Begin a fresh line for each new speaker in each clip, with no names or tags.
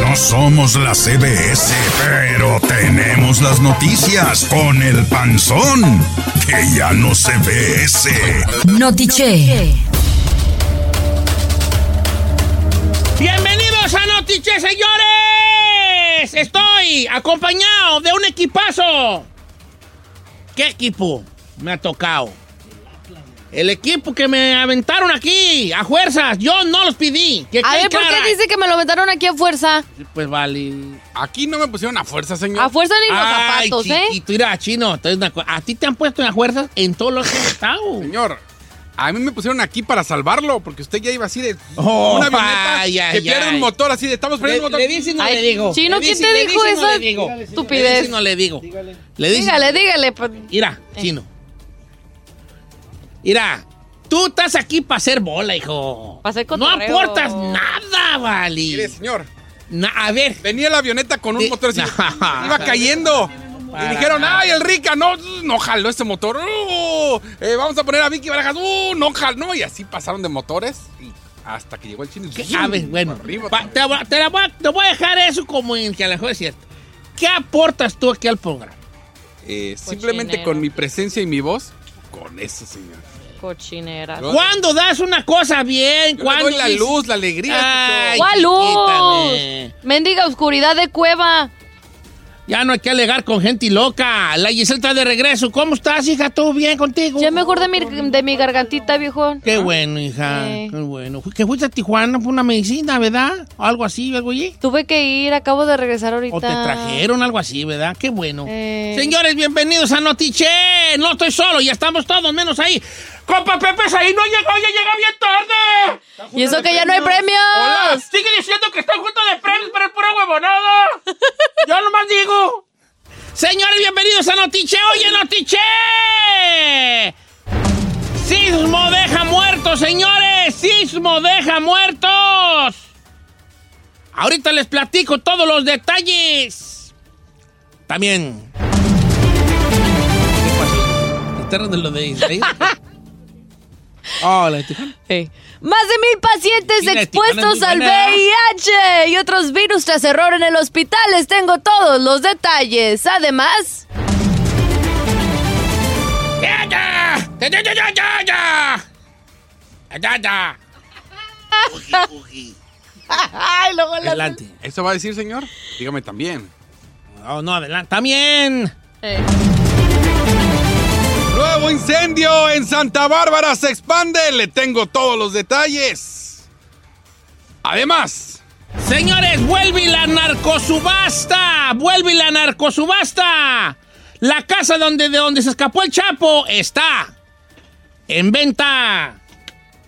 No somos la CBS, pero tenemos las noticias con el panzón, que ya no se ve ese.
Notiche.
Bienvenidos a Notiche, señores. Estoy acompañado de un equipazo. ¿Qué equipo me ha tocado? El equipo que me aventaron aquí, a fuerzas, yo no los pedí. Que
A
quede
ver, ¿por
clara.
qué dice que me lo metieron aquí a fuerza?
Pues vale.
Aquí no me pusieron a fuerza, señor.
A fuerza ni los
Ay,
zapatos, ¿eh?
chiquito, mira, chino, entonces una co- a ti te han puesto en fuerzas en todos los que has estado.
Señor, a mí me pusieron aquí para salvarlo, porque usted ya iba así de
Oh,
una avioneta
ay, ay,
que pierde
ay.
un motor así de estamos
Le,
perdiendo un motor.
le dice y no
Ay,
le digo.
chino,
Le
¿quién
dice-
te
le
dijo
dice y no
esa
le digo.
estupidez?
Le dice y no le digo. Le dice.
Dígale, dígale. pues.
Mira, chino. Mira, tú estás aquí para hacer bola, hijo.
Pa' hacer
no
cotorreo.
aportas nada,
Mire,
Vali.
señor,
Na- a ver.
venía la avioneta con un
Sí.
motor así.
No.
iba cayendo. Y
Para
dijeron,
nada.
ay, el rica, no, no jaló este motor. Uh, eh, vamos a poner a Vicky Barajas, uh, no jaló. No, y así pasaron de motores y hasta que llegó el chino.
¿Qué?
¡zum!
A ver, bueno.
Arriba,
va- te, voy a- te la voy a, te voy a dejar eso como en que a lo mejor es cierto. ¿Qué aportas tú aquí al programa?
Eh, simplemente con mi presencia y mi voz, con eso, señor.
Cochinera.
Yo-
¿Cuándo das una cosa bien?
Yo le
¿Cuándo
doy la
dices-
luz, la alegría.
Ay,
¿Cuál
quítame.
luz? Mendiga oscuridad de cueva.
Ya no hay que alegar con gente loca. La Giselle está de regreso. ¿Cómo estás, hija? ¿Todo bien contigo?
Ya mejor de mi, de mi gargantita, viejón.
Qué bueno, hija.
Eh.
Qué bueno. Fui- Que fuiste a Tijuana por una medicina, ¿verdad? O algo así, algo allí.
Tuve que ir, acabo de regresar ahorita.
O te trajeron algo así, ¿verdad? Qué bueno.
Eh.
Señores, bienvenidos a Notiche. No estoy solo, ya estamos todos, menos ahí. Compa Pepe, ahí no llegó, ya llega bien tarde.
Y eso que ya no hay premios.
Hola. Sigue diciendo que están juntos de premios, pero es pura huevonada. Yo nomás digo. Señores, bienvenidos a Notiche. Oye, Notiche. Sismo deja muertos, señores. Sismo deja muertos. Ahorita les platico todos los detalles. También. ¿Qué pasó? ¿Te enteras de lo de Israel? Hola, Tijuana.
Sí. Más de mil pacientes
Sí, la
expuestos
Tijuana es
al
muy buena, ¿eh?
VIH y otros virus tras error en el hospital. Les tengo todos los detalles. Además,
¡Ya, ya! ¡Ya, ya, ya, ya, ya, ya! ¡Ya, ya!
ay, luego las-
Adelante.
¿Eso va a decir, señor? Dígame también.
No, no, adelante. ¡También!
Eh.
Nuevo incendio en Santa Bárbara se expande. Le tengo todos los detalles. Además,
Señores, vuelve la narcosubasta. Vuelve la narcosubasta. La casa donde, de donde se escapó el Chapo está en venta.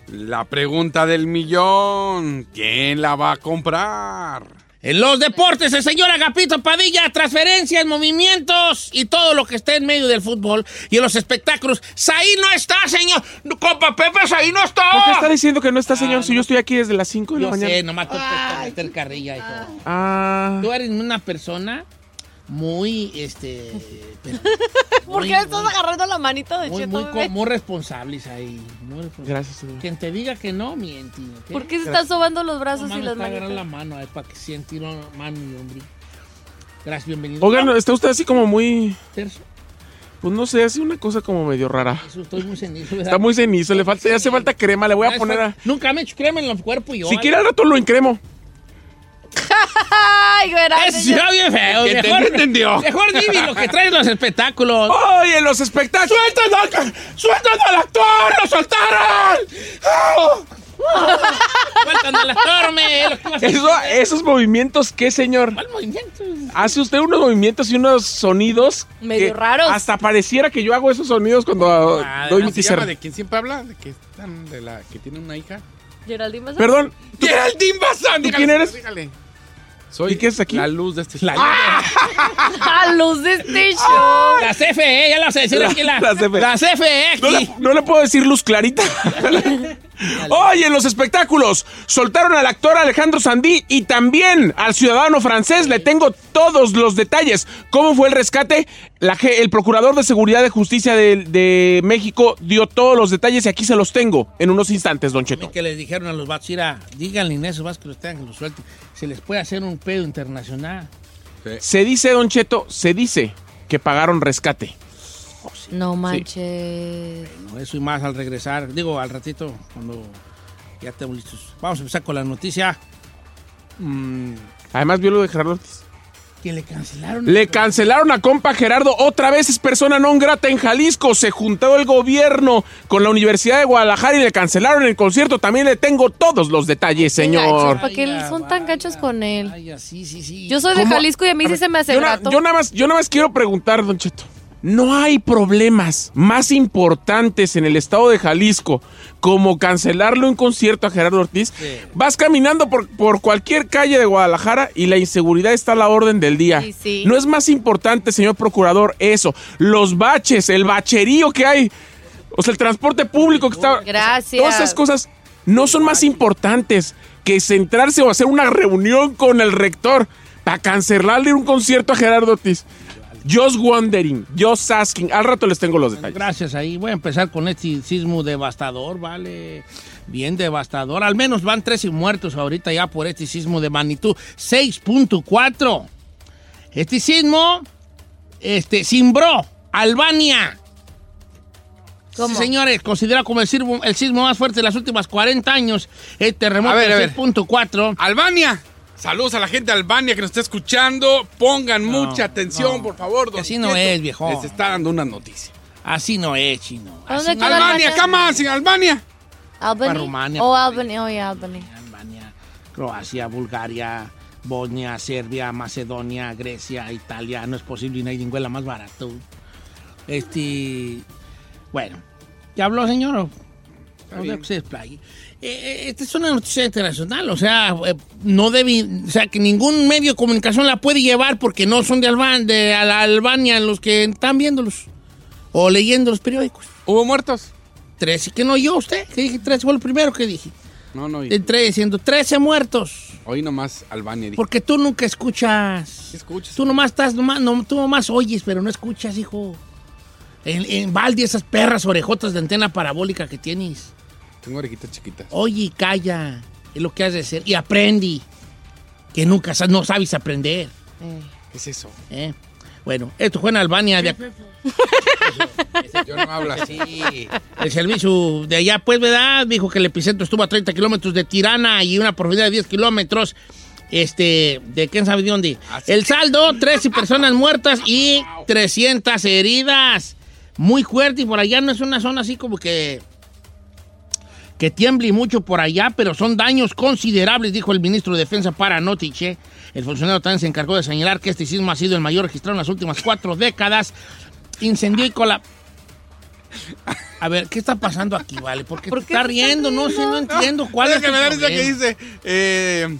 La pregunta del millón. ¿Quién la va a comprar?
En los deportes, el señor Agapito Padilla, transferencias, movimientos y todo lo que esté en medio del fútbol y en los espectáculos. Saí no está, señor. No, Compa Pepe, Saí no está.
¿Por qué está diciendo que no está, señor? si yo estoy aquí desde las 5 de la
¡Ah! Yo
mañana.
sé, nomás tú te meter carrilla, hijo.
Ah.
Tú eres una persona muy, este... pero-
¿Por
muy,
qué estás
muy-
agarrando la manita de
Muy,
Cheto, eh?
muy,
bebé?
co- muy responsables ahí. muy responsables.
Gracias, señor.
Quien te diga que no, miente. ¿ok?
¿Por qué se está sobando los
No,
brazos y
mano,
las
está agarrando la
manitas?
mano ahí para que sienta una mano y hombre. Gracias, bienvenido.
Oigan,
No,
está usted así como muy.
terzo.
Pues no sé, así una cosa como medio rara.
Eso, estoy muy cenizo, ¿verdad?
Está muy cenizo, le falta, ya hace falta crema, le voy a poner a.
Nunca me he hecho crema en el cuerpo y yo.
Si
ay.
quiere al rato lo encremo.
¡Ay, verás!
Eso sí, bien feo.
Que
Mejor,
entendió, entendió.
mejor dime lo que traen los espectáculos.
¡Oye, los espectáculos!
¡Suéltanos! ¡Suéltanos al actor! ¡Lo soltaron! ¡Suéltanos al actor, me! Lo que vas a
Eso, esos movimientos, ¿qué, señor?
¿Cuál movimiento?
Hace usted unos movimientos y unos sonidos.
Medio
que
raros.
Hasta pareciera que yo hago esos sonidos cuando ah, doy mi
¿Se llama
teaser.
de quién siempre habla? ¿De que, están de la, que tiene una hija?
Geraldine Bazán.
Perdón, ¿tú-
¡Geraldine Bazán!
¿Tú
Dígale,
quién
señor,
eres?
dígale. Soy
¿Y qué es aquí?
la luz de este show.
¡A luz de este show!
La CFE, ya la sé decir
La-
aquí. La,
la E. CFE.
La E CFE
no
aquí.
le, no le puedo decir luz clarita. Oye, en los espectáculos soltaron al actor Alejandro Sandí y también al ciudadano francés. Le tengo todos los detalles. ¿Cómo fue el rescate? La je- el procurador de Seguridad de Justicia de, de México dio todos los detalles y aquí se los tengo en unos instantes, Don Cheto.
E. Que les dijeron a los vatos, mira, díganle en esos vatos que los tengan, que los suelten. Se les puede hacer un pedo internacional.
Se dice, Don Cheto, se dice que pagaron rescate.
No manches.
Bueno, Eso y más al regresar. Digo, al ratito, cuando ya estemos listos. Vamos a empezar con la noticia.
Además, vio lo de Gerardo Ortiz.
Que le cancelaron.
Le cancelaron a compa Gerardo, otra vez es persona non grata en Jalisco. Se juntó el gobierno con la Universidad de Guadalajara y le cancelaron el concierto. También le tengo todos los detalles, señor.
¿Para qué son tan gachos con él?
Ay, sí, sí, sí.
Yo soy de
¿Cómo?
Jalisco y a mí sí se me hace
Yo, na-
grato.
yo nada más, yo nada más quiero preguntar, Don Cheto. No hay problemas más importantes en el estado de Jalisco como cancelarle un concierto a Gerardo Ortiz. Vas caminando por, por cualquier calle de Guadalajara y la inseguridad está a la orden del día.
Sí, sí.
No es más importante, señor procurador, eso. Los baches, el bacherío que hay. O sea, el transporte público que está...
Gracias.
Todas esas cosas no son más importantes que centrarse o hacer una reunión con el rector para cancelarle un concierto a Gerardo Ortiz. Just wondering, just asking. Al rato les tengo los detalles.
Gracias ahí. Voy a empezar con este sismo devastador, ¿vale? Bien devastador. Al menos van 13 muertos ahorita ya por este sismo de magnitud 6.4. Este sismo este, cimbró Albania.
¿Cómo?
Sí, señores, considera como el sismo, el sismo más fuerte de las últimas 40 años. El terremoto
Ah, A ver, a
de
ver.
6.4.
Albania. Saludos a la gente de Albania que nos está escuchando. Pongan mucha atención, por favor. don
Así no
Cheto.
es, viejo.
Les está dando una noticia.
Así no es, chino.
¿A
Así
dónde
no
queda
Albania,
Albania.
cama, sin Albania.
Para
Albany.
Rumania,
Oh,
por ahí.
Albany. Oh, yeah, Albany.
Albania, Croacia, Bulgaria, Bosnia, Serbia, Macedonia, Grecia, Italia. No es posible y no hay ninguna más barato. Este. Bueno, ¿ya habló, señor? o? No sé, pues, se desplaye. Eh, eh, esta es una noticia internacional, o sea, eh, no debe, o sea, que ningún medio de comunicación la puede llevar porque no son de, Alban, de Al- Albania los que están viéndolos o leyendo los periódicos.
¿Hubo muertos?
Tres, ¿y que no yo usted? ¿Qué dije? Tres fue lo primero que dije.
No, no. y-
Entré diciendo 13 muertos.
Hoy nomás Albania. dije.
Porque tú nunca escuchas.
¿Qué escuchas?
Tú nomás estás, nomás, no, tú nomás oyes, pero no escuchas, hijo. En, en balde esas perras orejotas de antena parabólica que tienes.
Tengo orejitas chiquitas.
Oye y calla. Es lo que has de hacer. Y aprendí. Que nunca sa- no sabes aprender.
¿Qué es eso?
¿eh? Bueno, esto fue en Albania. de-
Yo no hablo así.
el servicio de allá, pues, ¿verdad? Dijo que el epicentro estuvo a 30 kilómetros de Tirana y una profundidad de 10 kilómetros. Este, de quién sabe de dónde.
Ah,
El saldo, 13 personas muertas y 300 heridas. Muy fuerte y por allá no es una zona así como que que tiemble y mucho por allá, pero son daños considerables, dijo el ministro de Defensa para Notiche. El funcionario también se encargó de señalar que este sismo ha sido el mayor registrado en las últimas cuatro décadas. Incendió y colapsó. A ver, ¿qué está pasando aquí, vale? Porque
¿Por
te
qué
está
te
riendo, no sé, no entiendo cuál es
que
tu
me da risa
problema.
que dice, eh,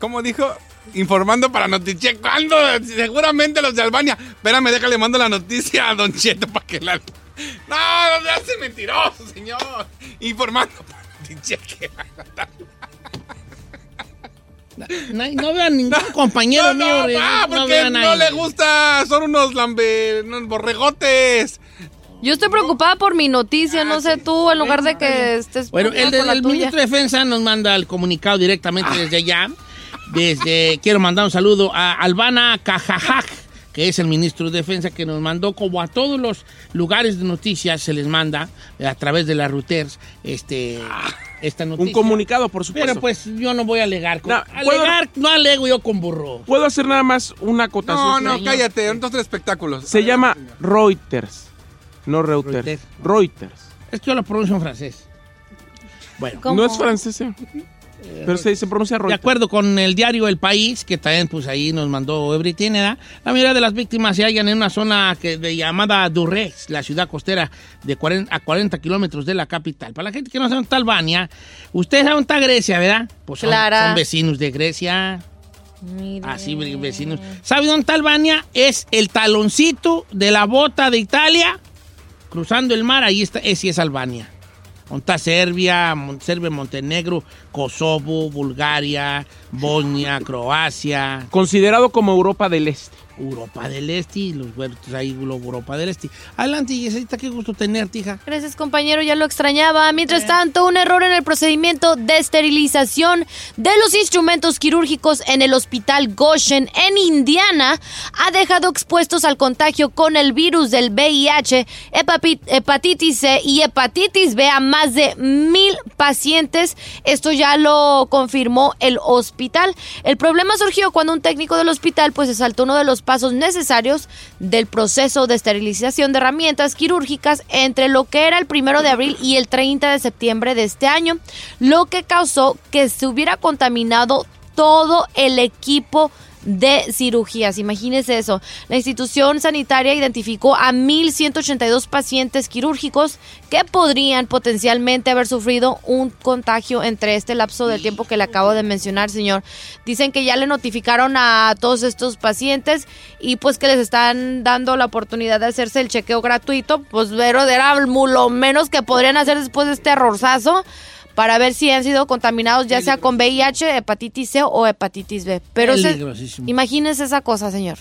¿cómo dijo? Informando para Notiche. ¿Cuándo? Seguramente los de Albania. Espérame, déjale, mando la noticia a Don Cheto para que la... No, no se hace mentiroso, señor. Informando para Notiche.
No, no veo a ningún compañero
No, no,
mío.
ah,
no
porque
veo a
no,
nadie.
le gusta. Son unos lambe... unos borregotes.
Yo estoy preocupada por mi noticia,
Ah,
no sé tú, en lugar de que estés
Pues
Bueno, el,
preocupada
de-
por la
el
tuya.
ministro de Defensa nos manda el comunicado
Ah.
directamente desde allá. Desde, quiero mandar un saludo a Albana Cajajac, que es el ministro de Defensa que nos mandó, como a todos los lugares de noticias se les manda eh, a través de las routers, este, esta noticia.
Ah, Un comunicado, por supuesto.
Pero pues yo no voy a alegar. Con,
No, puedo-
alegar no alego yo con burro.
Puedo hacer nada más una
No,
acotación.
no,
señor.
cállate. Entonces, espectáculos.
Se llama Reuters. No Reuters.
Reuters.
Reuters.
Es que yo lo pronuncio en francés. Bueno.
¿Cómo?
No es francés, ¿eh? pero se, se pronuncia
De
Reuters.
acuerdo con el diario El País, que también pues ahí nos mandó Everything, ¿verdad? la mayoría de las víctimas se hallan en una zona que, de, llamada Durres, la ciudad costera de 40, a 40 kilómetros de la capital. Para la gente que no sabe dónde está Albania, ustedes saben dónde está Grecia, ¿verdad? Pues son,
Clara.
son vecinos de Grecia,
Mire.
así vecinos. ¿Saben dónde está Albania? Es el taloncito de la bota de Italia, cruzando el mar, ahí está, es, es Albania. Donde está Serbia, Mon- Serbia, Montenegro, Kosovo, Bulgaria, Bosnia, Croacia,
Considerado como Europa del Este.
Europa del Este, y los huertos ahí, lo- Europa del Este. Adelante, Yesita, qué gusto tenerte, hija.
Gracias compañero, ya lo extrañaba. Mientras tanto, un error en el procedimiento de esterilización de los instrumentos quirúrgicos en el hospital Goshen en Indiana ha dejado expuestos al contagio con el virus del VIH, hepapi- hepatitis C y hepatitis B a más de mil pacientes. Esto ya lo confirmó el hospital. El problema surgió cuando un técnico del hospital pues se saltó uno de los pasos necesarios del proceso de esterilización de herramientas quirúrgicas entre lo que era el primero de abril y el 30 de septiembre de este año, lo que causó que se hubiera contaminado todo el equipo de cirugías. Imagínense eso. La institución sanitaria identificó a 1.182 pacientes quirúrgicos que podrían potencialmente haber sufrido un contagio entre este lapso de tiempo que le acabo de mencionar, señor. Dicen que ya le notificaron a todos estos pacientes y pues que les están dando la oportunidad de hacerse el chequeo gratuito, pues pero era lo menos que podrían hacer después de este errorzazo para ver si han sido contaminados ya sea con VIH, hepatitis C o hepatitis B. Pero ese-
Peligrosísimo.
imagínese esa cosa, señor.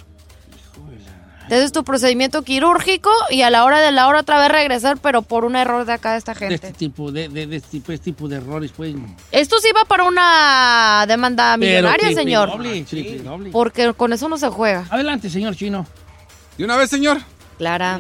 Entonces tu procedimiento quirúrgico y a la hora de la hora otra vez regresar, pero por un error de acá de esta
De este
gente.
tipo de, de- de este, tipo, este tipo de errores, pues.
Esto sí va para una demanda millonaria,
triple
señor.
doble, triple doble.
Porque con eso no se juega.
Adelante, señor chino.
¿De una vez, señor?
Clara.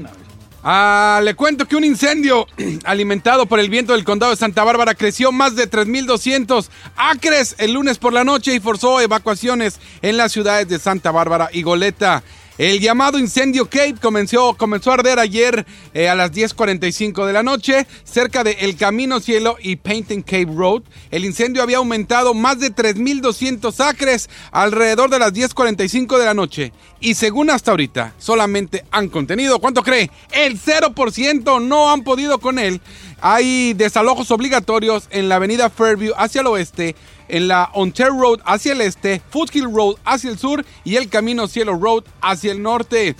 Ah, le cuento que un incendio alimentado por el viento del condado de Santa Bárbara creció más de 3.200 acres el lunes por la noche y forzó evacuaciones en las ciudades de Santa Bárbara y Goleta. El llamado incendio Cape comenzó, comenzó a arder ayer eh, a las 10.45 de la noche cerca de El Camino Cielo y Painting Cape Road. El incendio había aumentado más de 3.200 acres alrededor de las 10.45 de la noche. Y según hasta ahorita, solamente han contenido, ¿cuánto cree? El 0% no han podido con él. Hay desalojos obligatorios en la avenida Fairview hacia el oeste, en la Ontario Road hacia el este, Foothill Road hacia el sur y el Camino Cielo Road hacia el norte.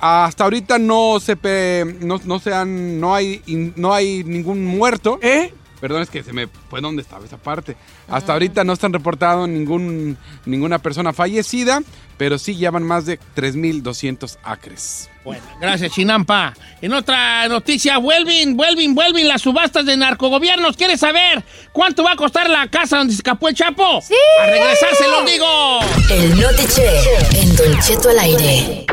Hasta ahorita no se pe- no, no se han no hay in- no hay ningún muerto.
¿Eh?
Perdón, es que se me fue donde estaba esa parte. Hasta ahorita no están reportado ningún, ninguna persona fallecida, pero sí llevan más de 3.200 acres.
Bueno, gracias, Chinampa. En otra noticia, vuelven, vuelven, vuelven las subastas de narcogobiernos. ¿Quieres saber cuánto va a costar la casa donde se escapó el Chapo? Sí. A regresar se lo digo.
El Notiche en Don Cheto al aire.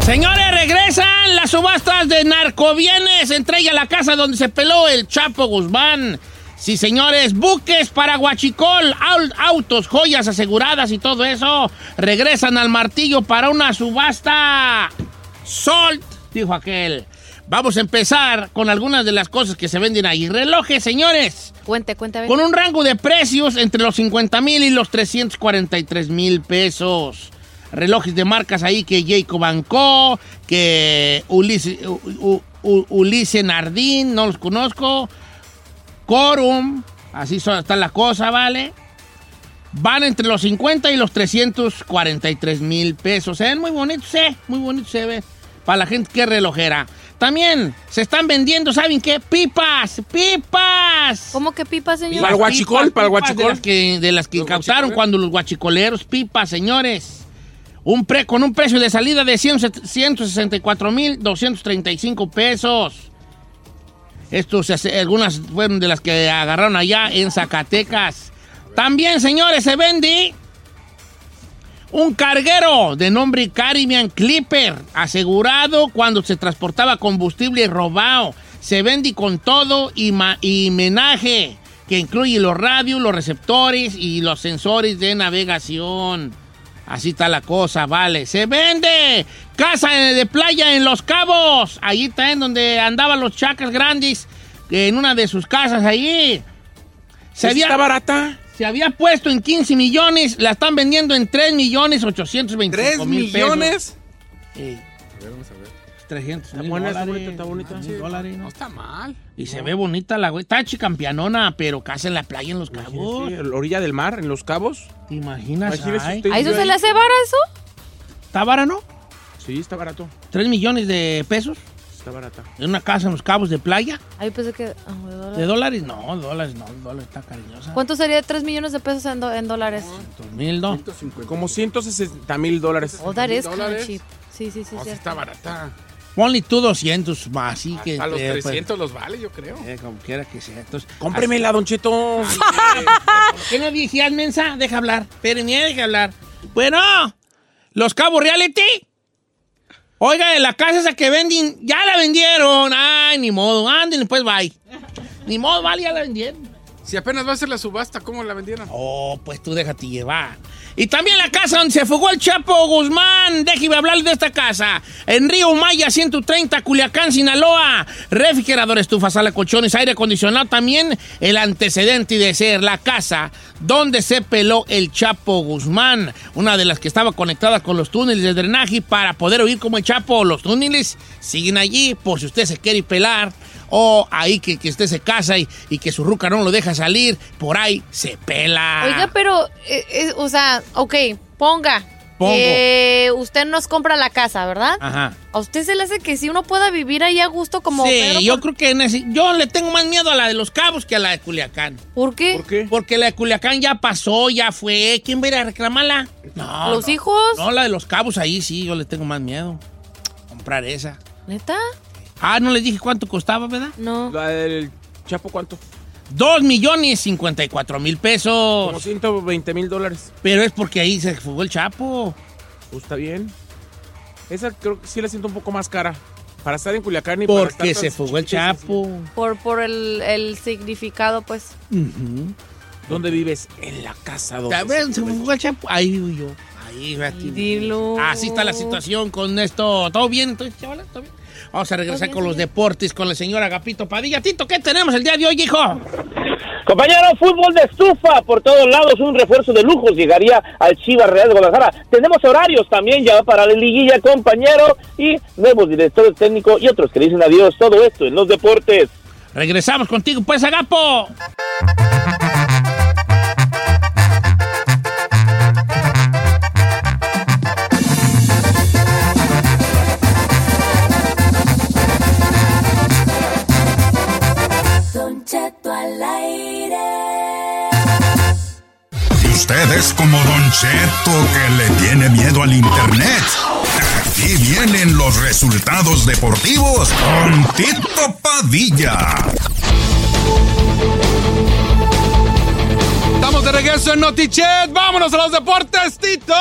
Señores, regresan las subastas de narcobienes. Entrega la casa donde se peló el Chapo Guzmán. Sí, señores, buques para Huachicol, au- autos, joyas aseguradas y todo eso. Regresan al martillo para una subasta. Sold, dijo aquel. Vamos a empezar con algunas de las cosas que se venden ahí. Relojes, señores.
Cuente, cuente. a ver.
Con un rango de precios entre los 50 mil y los 343 mil pesos. Relojes de marcas ahí que Jacob Banco, que Ulises, U- U- U- Ulises Nardín, no los conozco. Corum, así son- está la cosa, ¿vale? Van entre los 50 y los 343 mil pesos. Se ven muy bonitos, ¿eh? Muy bonitos se ven. Para la gente que es relojera. También se están vendiendo, ¿saben qué? ¡Pipas! ¡Pipas!
¿Cómo que pipa, señor?
Para el guachicol,
Pipas,
para el
pipas
guachicol.
De las que, de las que causaron cuando los guachicoleros, pipas, señores. Un pre, con un precio de salida de 164.235 pesos. Estos, se hace- algunas fueron de las que agarraron allá en Zacatecas. También, señores, se vende un carguero de nombre Caribbean Clipper, asegurado cuando se transportaba combustible robado. Se vende con todo y, ma- y menaje, que incluye los radios, los receptores y los sensores de navegación. Así está la cosa, vale. Se vende casa de playa en Los Cabos. Allí está en donde andaban los chacas grandes, en una de sus casas allí. Se había-
¿Está barata?
se había puesto en 15 millones, la están vendiendo en 3 millones 825
¿Tres
mil pesos.
millones?
Sí. 300
Está
mil
buena, está
dólares.
bonita, está bonita.
mil dólares, ¿no?
está mal.
Y se ve bonita la güey. Está chicampianona, pero casi en la playa en Los Cabos.
Sí, en la orilla del mar, en Los Cabos.
¿Te imaginas?
Imagínese
Ay.
usted.
¿A eso
yo
se
ahí.
le hace vara eso?
¿Está vara, no?
Sí, está barato.
3 millones de pesos
Está barata.
en una casa en Los Cabos de playa.
Ay, pensé que... ah, de dólares.
¿De dólares? No, dólares no. Dólares está cariñosa.
¿Cuánto sería 3 millones de pesos en, do- en dólares?
¿Cuántos mil, no?
Como 160 mil dólares.
Oh, that is kinda
dólares.
cheap. Sí, sí, sí.
O sea,
cierto.
está barata.
Ponle tú 200 más. Así que...
A los
eh, pues,
300 los vale, yo creo.
eh, como quiera que sea. Entonces,
Cómpremela, Don Cheto.
¿Qué no decías, mensa? Deja hablar. Espérenme, deja hablar. Bueno, los Cabo Reality. Oiga, de la casa esa que venden, ya la vendieron. Ay, ni modo. Anden, pues, bye. Ni modo, vale, ya la vendieron.
Si apenas va a ser la subasta, ¿cómo la vendieron?
Oh, pues tú déjate llevar. Y también la casa donde se fugó el Chapo Guzmán. Déjeme hablar de esta casa. En Río Maya 130, Culiacán, Sinaloa. Refrigerador, estufa, sala, colchones, aire acondicionado. También el antecedente de ser la casa donde se peló el Chapo Guzmán. Una de las que estaba conectada con los túneles de drenaje para poder oír como el Chapo. Los túneles siguen allí por si usted se quiere pelar. O Oh, ahí que, que usted se casa y, y que su ruca no lo deja salir, por ahí se
Ah.
pela.
Oiga, pero, eh, eh, o sea, ok, ponga.
Pongo.
que usted nos compra la casa, ¿verdad?
Ajá.
¿A usted se le hace que si uno pueda vivir ahí a gusto como
sí,
Pedro
yo
Cor-
creo que en ese- yo le tengo más miedo a la de los cabos que a la de Culiacán.
¿Por qué?
¿Por qué?
Porque la de Culiacán ya pasó, ya fue. ¿Quién va a ir a reclamarla? No.
¿Los
no.
hijos?
No, la de los cabos ahí sí, yo le tengo más miedo. Comprar esa.
¿Neta?
Ah, no les dije cuánto costaba, ¿verdad?
No.
La del Chapo, ¿cuánto?
Dos millones cincuenta y cuatro mil
Como
pesos.
120 mil dólares.
Pero es porque ahí se fugó el Chapo.
Pues está bien. Esa creo que sí la siento un poco más cara. Para estar en Culiacán y para
Porque
estar
se
tan
fugó el
chiquita y
Chapo.
Por, por el, el significado, pues.
Ujú.
sencilla. ¿Dónde vives? En la casa donde
También se
fugó el
fugó el Chapo. Ahí vivo yo. Ahí, aquí.
Dilo.
Así está la situación con esto. ¿Todo bien entonces, chavala? ¿Todo bien? Vamos a regresar
Todo bien,
con los
señor.
deportes, con el señor Agapito Padilla. Tito, ¿qué tenemos el día de hoy, hijo?
Compañero, fútbol de estufa por todos lados, un refuerzo de lujos llegaría al Chivas Real de Guadalajara. Tenemos horarios también ya para la liguilla, compañero, y nuevos directores técnicos y otros que dicen adiós. Todo esto en los deportes.
Regresamos contigo, pues, Agapo.
Y usted es como Don Cheto que le tiene miedo al internet. Aquí vienen los resultados deportivos con Tito Padilla.
Estamos de regreso en Notichet. Vámonos a los deportes, Tito.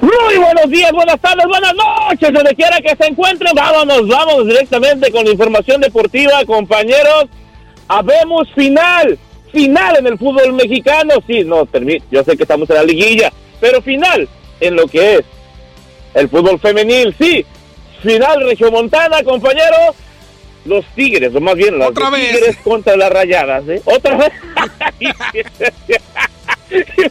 Muy buenos días, buenas tardes, buenas noches, donde quiera que se encuentren. Vámonos, vamos directamente con la información deportiva, compañeros. Habemos final, final en el fútbol mexicano. Sí, no, termi- yo sé que estamos en la liguilla, pero final en lo que es el fútbol femenil. Sí, final regiomontana, compañeros. Los Tigres, o más bien las
Otra
de
vez.
Tigres contra las Rayadas, ¿eh? Otra vez.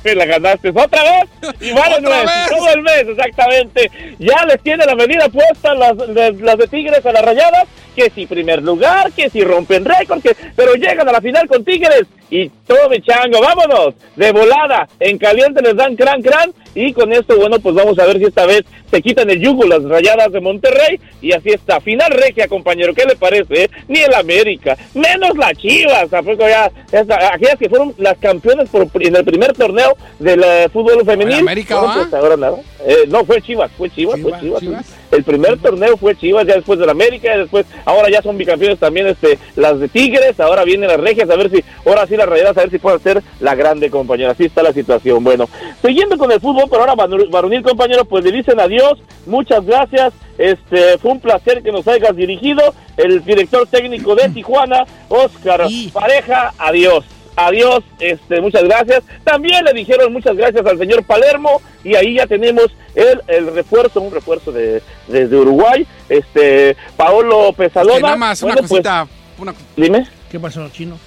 Me la ganaste otra vez y vale
¡Otra
nuez,
vez!
todo el mes, exactamente. Ya les tiene la medida puesta las de, las de Tigres a las rayadas, que si primer lugar, que si rompen récord, que, pero llegan a la final con Tigres y todo mi chango, vámonos, de volada, en caliente les dan cran cran y con esto, bueno, pues vamos a ver si esta vez se quitan el yugo las rayadas de Monterrey y así está. Final regia, compañero, ¿qué le parece? eh? Ni el América, menos la Chivas, tampoco ya, esta- aquellas que fueron las campeonas por, pri- en el primer torneo del eh, fútbol femenil.
América,
Bueno,
¿va?
pues, ahora nada. Eh, no, fue Chivas, fue Chivas, fue Chivas. sí. El primer torneo fue Chivas, ya después del América, ya después, ahora ya son bicampeones también este, las de Tigres, ahora vienen las regias, a ver si, ahora sí las rayadas, a ver si pueden ser la grande compañera. Así está la situación. Bueno, siguiendo con el fútbol, pero ahora vanu- varonil compañeros, pues le dicen adiós, muchas gracias, este, fue un placer que nos hayas dirigido, el director técnico de Tijuana, Oscar Pareja, adiós. Adiós, este, muchas gracias. También le dijeron muchas gracias al señor Palermo y ahí ya tenemos el, el refuerzo, un refuerzo de, desde Uruguay, este, Paolo Pesalona.
Que nada más, una
Bueno, pues,
cosita. una co-
dime,
¿Qué pasó, chino?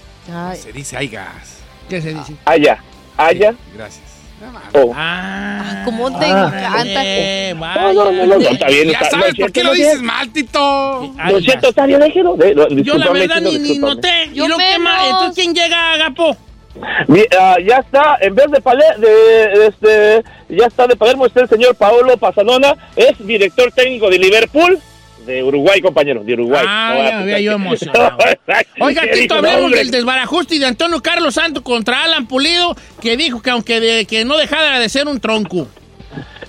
se dice, ay, gas.
¿Qué se dice?
allá, allá.
Gracias. Nada más.
o-
Ah,
¿Cómo te encanta?
eh,
No, no, no, no, no, está bien,
Oh. Ya
está-
sabes
no,
por
cierto,
qué lo
no,
dices
cierto.
mal, Tito.
Ay,
No es cierto,
ya.
está bien, déjelo. de- no,
Yo la
discúlpame,
verdad
chino,
ni, ni
discúlpame.
noté.
Yo
¿Y lo que más?
menos.
Entonces, ¿quién llega a Gapo?
Mi- ah, ya está, en vez de Pale- de, este, ya está de Palermo, está el señor Paolo Pasanona, es director técnico de Liverpool, de Uruguay, compañero, de Uruguay.
Ah,
No,
ya
ah,
me había yo emocionado.
Oiga,
Oiga, Tito, hablemos del
del
desbarajuste y de Antonio Carlos Santo contra Alan Pulido, que dijo que aunque de- que no dejara de ser un tronco.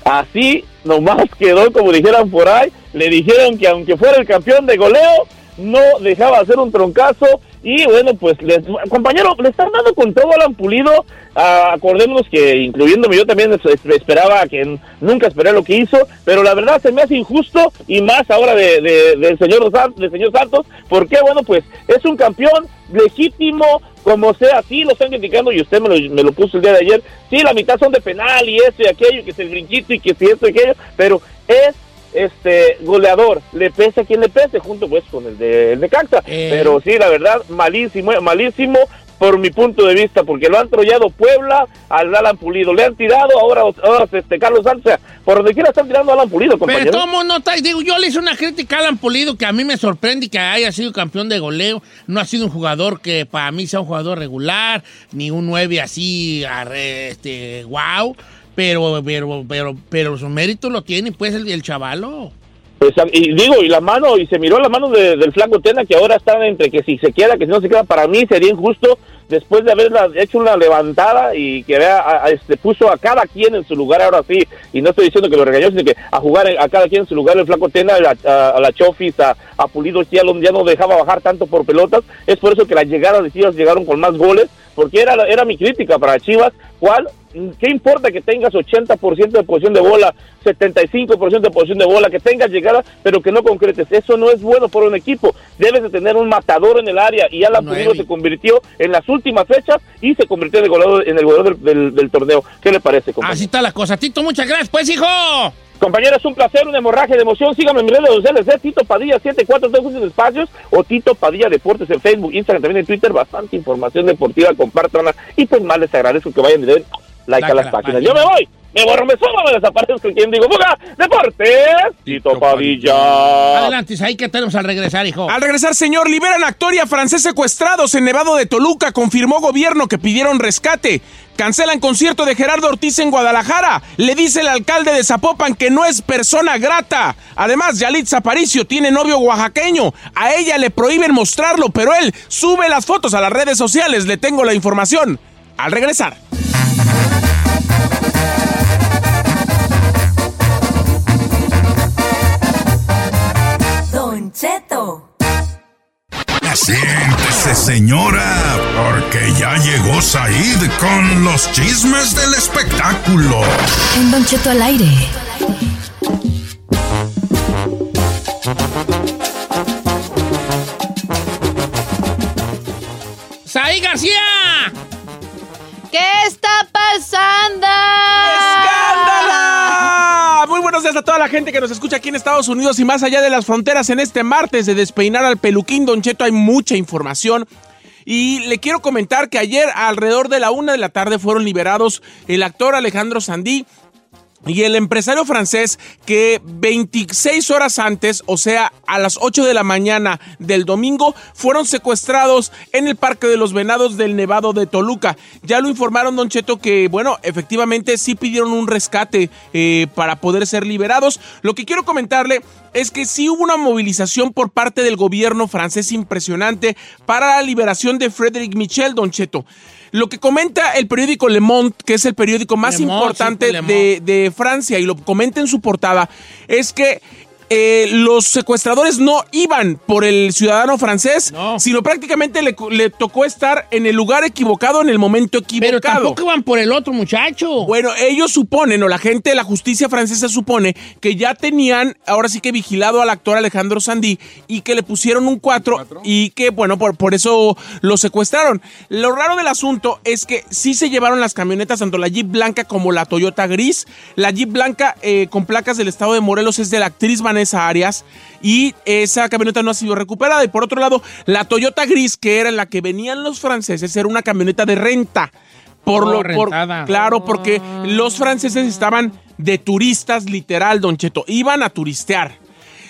Así nomás quedó, como dijeran por ahí, le dijeron que aunque fuera el campeón de goleo, no dejaba hacer un troncazo. Y bueno, pues, les, compañero, le están dando con todo Alan Pulido. Ah, acordémonos que, incluyéndome yo también, es- es- esperaba que n- nunca esperé lo que hizo, pero la verdad se me hace injusto y más ahora de- de- del, señor San- del señor Santos, porque bueno, pues es un campeón legítimo, como sea, sí lo están criticando y usted me lo, me lo puso el día de ayer, sí, la mitad son de penal y eso y aquello, que es el brinquito y que si esto y aquello, pero es este goleador, le pese a quien le pese, junto pues con el de, el de Cacta,
Eh.
pero sí, la verdad, malísimo, eh, malísimo por mi punto de vista, porque lo han trollado Puebla al Alan Pulido, le han tirado ahora, ahora, este Carlos Santos, o sea, por donde quiera están tirando a Alan Pulido,
Pero
compañero.
todo mundo está, y digo, yo le hice una crítica a Alan Pulido que a mí me sorprende que haya sido campeón de goleo. No ha sido un jugador que para mí sea un jugador regular, ni un 9 así, arre- este, wow. Pero, pero, pero, pero su mérito lo tiene, pues, el, el chavalo.
Pues, y digo, y la mano, y se miró la mano de- del flaco Tena, que ahora están entre que si se queda, que si no se queda, para mí sería injusto después de haberla hecho una levantada y que vea, a- a este, puso a cada quien en su lugar ahora sí, y no estoy diciendo que lo regañó, sino que a jugar a cada quien en su lugar, el flaco Tena, a, a- a la Chofis, a, a Pulido, ya, lo- ya no dejaba bajar tanto por pelotas, es por eso que las llegadas de Chivas llegaron con más goles, porque era, la- era mi crítica para Chivas, ¿cuál? ¿Qué importa que tengas 80% de posición de bola, 75% de posición de bola, que tengas llegada, pero que no concretes? Eso no es bueno para un equipo. Debes de tener un matador en el área y Alan
Nueve.
Pulido se convirtió en las últimas fechas y se convirtió en el goleador, en el goleador del, del- del torneo. ¿Qué le parece, compañero?
Así está la cosa. Tito, muchas gracias, pues, hijo.
Compañero, es un placer, un hemorragia de emoción. Síganme en mis redes sociales, es Tito Padilla 742 espacios o Tito Padilla Deportes en Facebook, Instagram, también en Twitter. Bastante información deportiva, compartanla. Y pues más les agradezco que vayan y den like
Like
a las
a la
páginas.
página.
Yo me voy, me borro, me subo, me desaparezco. quien digo? ¡Fuga! ¡Deportes! Tito,
Tito
Padilla. Ah,
Adelante, ahí que tenemos al regresar, hijo.
Al regresar, señor, liberan a actor y a francés secuestrados en Nevado de Toluca. Confirmó gobierno que pidieron rescate. Cancelan concierto de Gerardo Ortiz en Guadalajara. Le dice el alcalde de Zapopan que no es persona grata. Además, Yalitza Aparicio tiene novio oaxaqueño. A ella le prohíben mostrarlo, pero él sube las fotos a las redes sociales. Le tengo la información. Al regresar.
Don Cheto.
Siéntese, señora, porque ya llegó Said con los chismes del espectáculo.
En Don Cheto al aire.
¡Saí García!
¿Qué está pasando?
¡Escándala! Muy buenos días a toda la gente que nos escucha aquí en Estados Unidos y más allá de las fronteras en este martes de Despeinar al Peluquín. Don Cheto, hay mucha información. Y le quiero comentar que ayer alrededor de la una de la tarde fueron liberados el actor Alejandro Sandí y el empresario francés que 26 horas antes, o sea, a las 8 de la mañana del domingo, fueron secuestrados en el Parque de los Venados del Nevado de Toluca. Ya lo informaron, Don Cheto, que, bueno, efectivamente sí pidieron un rescate eh, para poder ser liberados. Lo que quiero comentarle es que sí hubo una movilización por parte del gobierno francés impresionante para la liberación de Frédéric Michel, Don Cheto. Lo que comenta el periódico Le Monde, que es el periódico más
Le Monde,
importante
sí, Le Monde.
de, de Francia y lo comenta en su portada es que eh, los secuestradores no iban por el ciudadano francés, sino prácticamente le, le tocó estar en el lugar equivocado en el momento equivocado. Pero tampoco
iban por el otro muchacho.
Bueno, ellos suponen, o la gente de la justicia francesa supone, que ya tenían ahora sí que vigilado al actor Alejandro Sandí y que le pusieron un 4 y que, bueno, por, por eso lo secuestraron. Lo raro del asunto es que sí se llevaron las camionetas, tanto la Jeep blanca como la Toyota gris. La Jeep blanca eh, con placas del estado de Morelos es de la actriz Vanessa Arias y esa camioneta no ha sido recuperada. Y por otro lado, la Toyota gris, que era en la que venían los franceses, era una camioneta de renta. Por
Oh,
lo por,
rentada. Oh.
claro, porque los franceses estaban de turistas literal, Don Cheto, iban a turistear.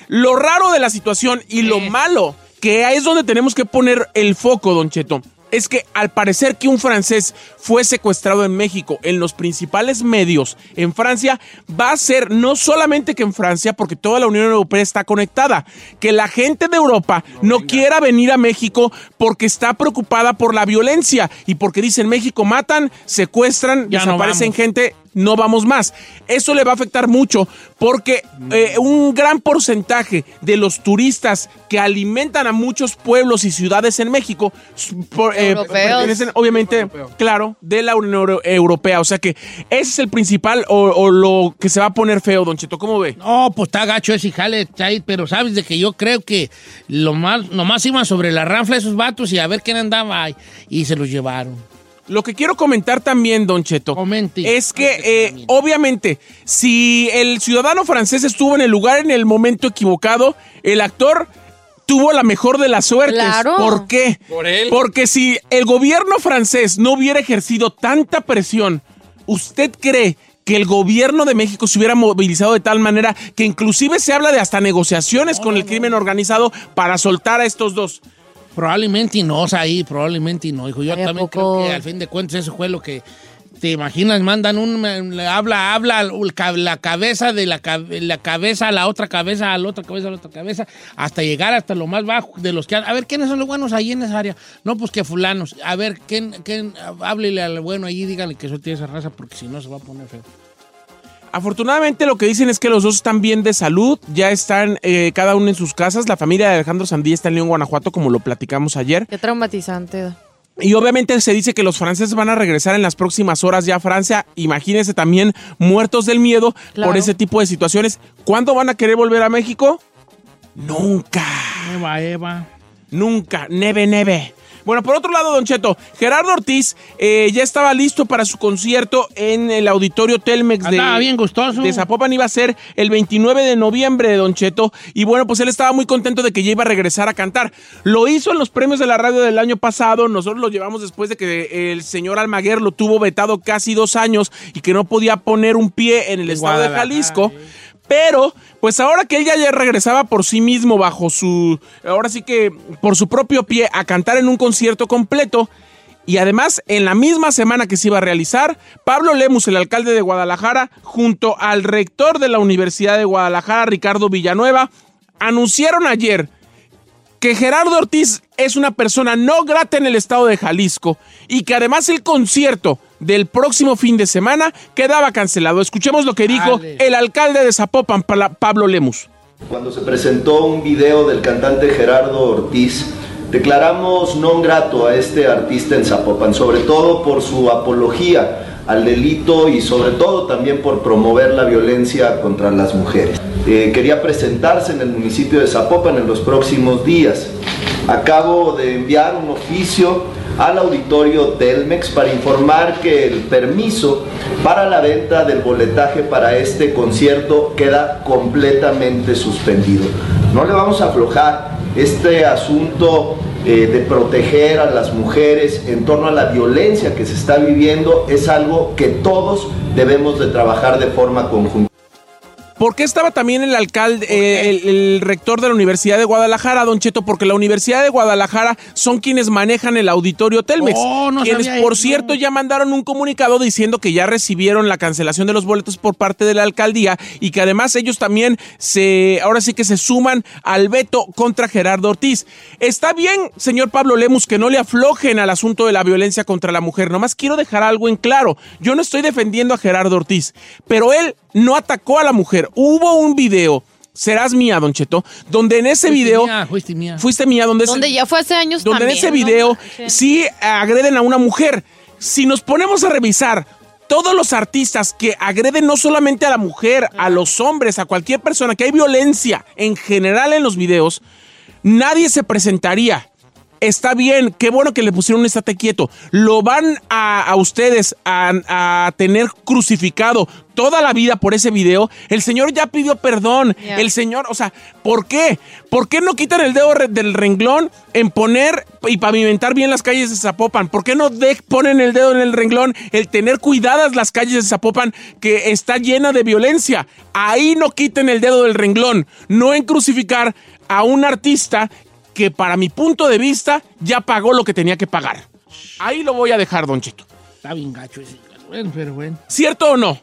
Lo raro de la situación y lo malo, que ahí es donde tenemos que poner el foco, Don Cheto, es que al parecer que un francés fue secuestrado en México, en los principales medios en Francia, va a ser no solamente que en Francia, porque toda la Unión Europea está conectada, que la gente de Europa no quiera venir a México porque está preocupada por la violencia y porque dicen México matan, secuestran,
Ya no
desaparecen
vamos.
gente, no vamos más. Eso le va a afectar mucho porque
Mm.
eh, un gran porcentaje de los turistas que alimentan a muchos pueblos y ciudades en México s- por- eh,
Europeos.
pertenecen, obviamente, claro, de la Unión Euro- Europea. O sea que ese es el principal o, o lo que se va a poner feo, Don Cheto. ¿Cómo ve?
No, pues está gacho ese jale, está ahí, pero sabes de que yo creo que lo más, nomás iban sobre la ranfla esos vatos y a ver quién andaba ahí. Y se los llevaron.
Lo que quiero comentar también, Don Cheto, es que eh, obviamente, si el ciudadano francés estuvo en el lugar en el momento equivocado, el actor tuvo la mejor de las suertes.
Claro.
¿Por qué?
Por él.
Porque si el gobierno francés no hubiera ejercido tanta presión, ¿usted cree que el gobierno de México se hubiera movilizado de tal manera que inclusive se habla de hasta negociaciones con el crimen organizado para soltar a estos dos?
Probablemente y no, o sea, ahí probablemente y no, hijo. Yo también creo que al fin de cuentas eso fue lo que te imaginas, mandan un le habla, habla el ca- la cabeza de la, ca- la cabeza a la otra cabeza, a la otra cabeza, a la otra cabeza, hasta llegar hasta lo más bajo de los que a ver quiénes son los buenos ahí en esa área. No, pues que fulanos. A ver, quién, quién, háblele al bueno ahí, díganle que eso tiene esa raza, porque si no se va a poner feo.
Afortunadamente lo que dicen es que los dos están bien de salud, ya están eh, cada uno en sus casas, la familia de Alejandro Sandí está en León, Guanajuato, como lo platicamos ayer.
Qué traumatizante.
Y obviamente se dice que los franceses van a regresar en las próximas horas ya a Francia. Imagínense también muertos del miedo
Claro.
por ese tipo de situaciones. ¿Cuándo van a querer volver a México? Nunca.
Eva, Eva.
Nunca. Neve, neve. Bueno, por otro lado, Don Cheto, Gerardo Ortiz eh, ya estaba listo para su concierto en el auditorio Telmex
Andaba
de,
bien gustoso.
de Zapopan. Iba a ser el 29 de noviembre, Don Cheto. Y bueno, pues él estaba muy contento de que ya iba a regresar a cantar. Lo hizo en los premios de la radio del año pasado. Nosotros lo llevamos después de que el señor Almaguer lo tuvo vetado casi dos años y que no podía poner un pie en el estado de
Guadalajara,
Jalisco. Pero, pues ahora que él ya ya regresaba por sí mismo, bajo su. Ahora sí que por su propio pie, a cantar en un concierto completo. Y además, en la misma semana que se iba a realizar, Pablo Lemus, el alcalde de Guadalajara, junto al rector de la Universidad de Guadalajara, Ricardo Villanueva, anunciaron ayer que Gerardo Ortiz es una persona no grata en el estado de Jalisco y que además el concierto del próximo fin de semana quedaba cancelado. Escuchemos lo que dijo el alcalde de Zapopan, Pala- Pablo Lemus.
Cuando se presentó un video del cantante Gerardo Ortiz, declaramos non grato a este artista en Zapopan, sobre todo por su apología al delito y sobre todo también por promover la violencia contra las mujeres. Eh, quería presentarse en el municipio de Zapopan en los próximos días. Acabo de enviar un oficio al auditorio Telmex para informar que el permiso para la venta del boletaje para este concierto queda completamente suspendido. No le vamos a aflojar. Este asunto eh, de proteger a las mujeres en torno a la violencia que se está viviendo es algo que todos debemos de trabajar de forma conjunta.
¿Por qué estaba también el alcalde, eh, el, el rector de la Universidad de Guadalajara, Don Cheto? Porque la Universidad de Guadalajara son quienes manejan el auditorio Telmex.
Oh, no
quienes,
sabía
por
eso.
cierto, ya mandaron un comunicado diciendo que ya recibieron la cancelación de los boletos por parte de la alcaldía y que además ellos también se, ahora sí que se suman al veto contra Gerardo Ortiz. Está bien, señor Pablo Lemus, que no le aflojen al asunto de la violencia contra la mujer. Nomás quiero dejar algo en claro. Yo no estoy defendiendo a Gerardo Ortiz, pero él no atacó a la mujer. Hubo un video. Serás mía, Don Cheto, donde en ese video
mía, Ah, fuiste mía.
fuiste mía, donde, se-
Donde ya fue hace años
donde en
también,
ese
¿no?
video
Manches.
sí agreden a una mujer. Si nos ponemos a revisar todos los artistas que agreden no solamente a la mujer, a los hombres, a cualquier persona, que hay violencia en general en los videos, nadie se presentaría. Está bien, qué bueno que le pusieron un estate quieto. Lo van a, a ustedes a, a tener crucificado toda la vida por ese video. El señor ya pidió perdón.
Ya.
El señor, o sea, ¿por qué? ¿Por qué no quitan el dedo re- del renglón en poner y pavimentar bien las calles de Zapopan? ¿Por qué no de- ponen el dedo en el renglón el tener cuidadas las calles de Zapopan que está llena de violencia? Ahí no quiten el dedo del renglón, no en crucificar a un artista que para mi punto de vista ya pagó lo que tenía que pagar. Ahí lo voy a dejar, Don Cheto.
Está bien gacho ese. Bueno, pero bueno.
¿Cierto o no?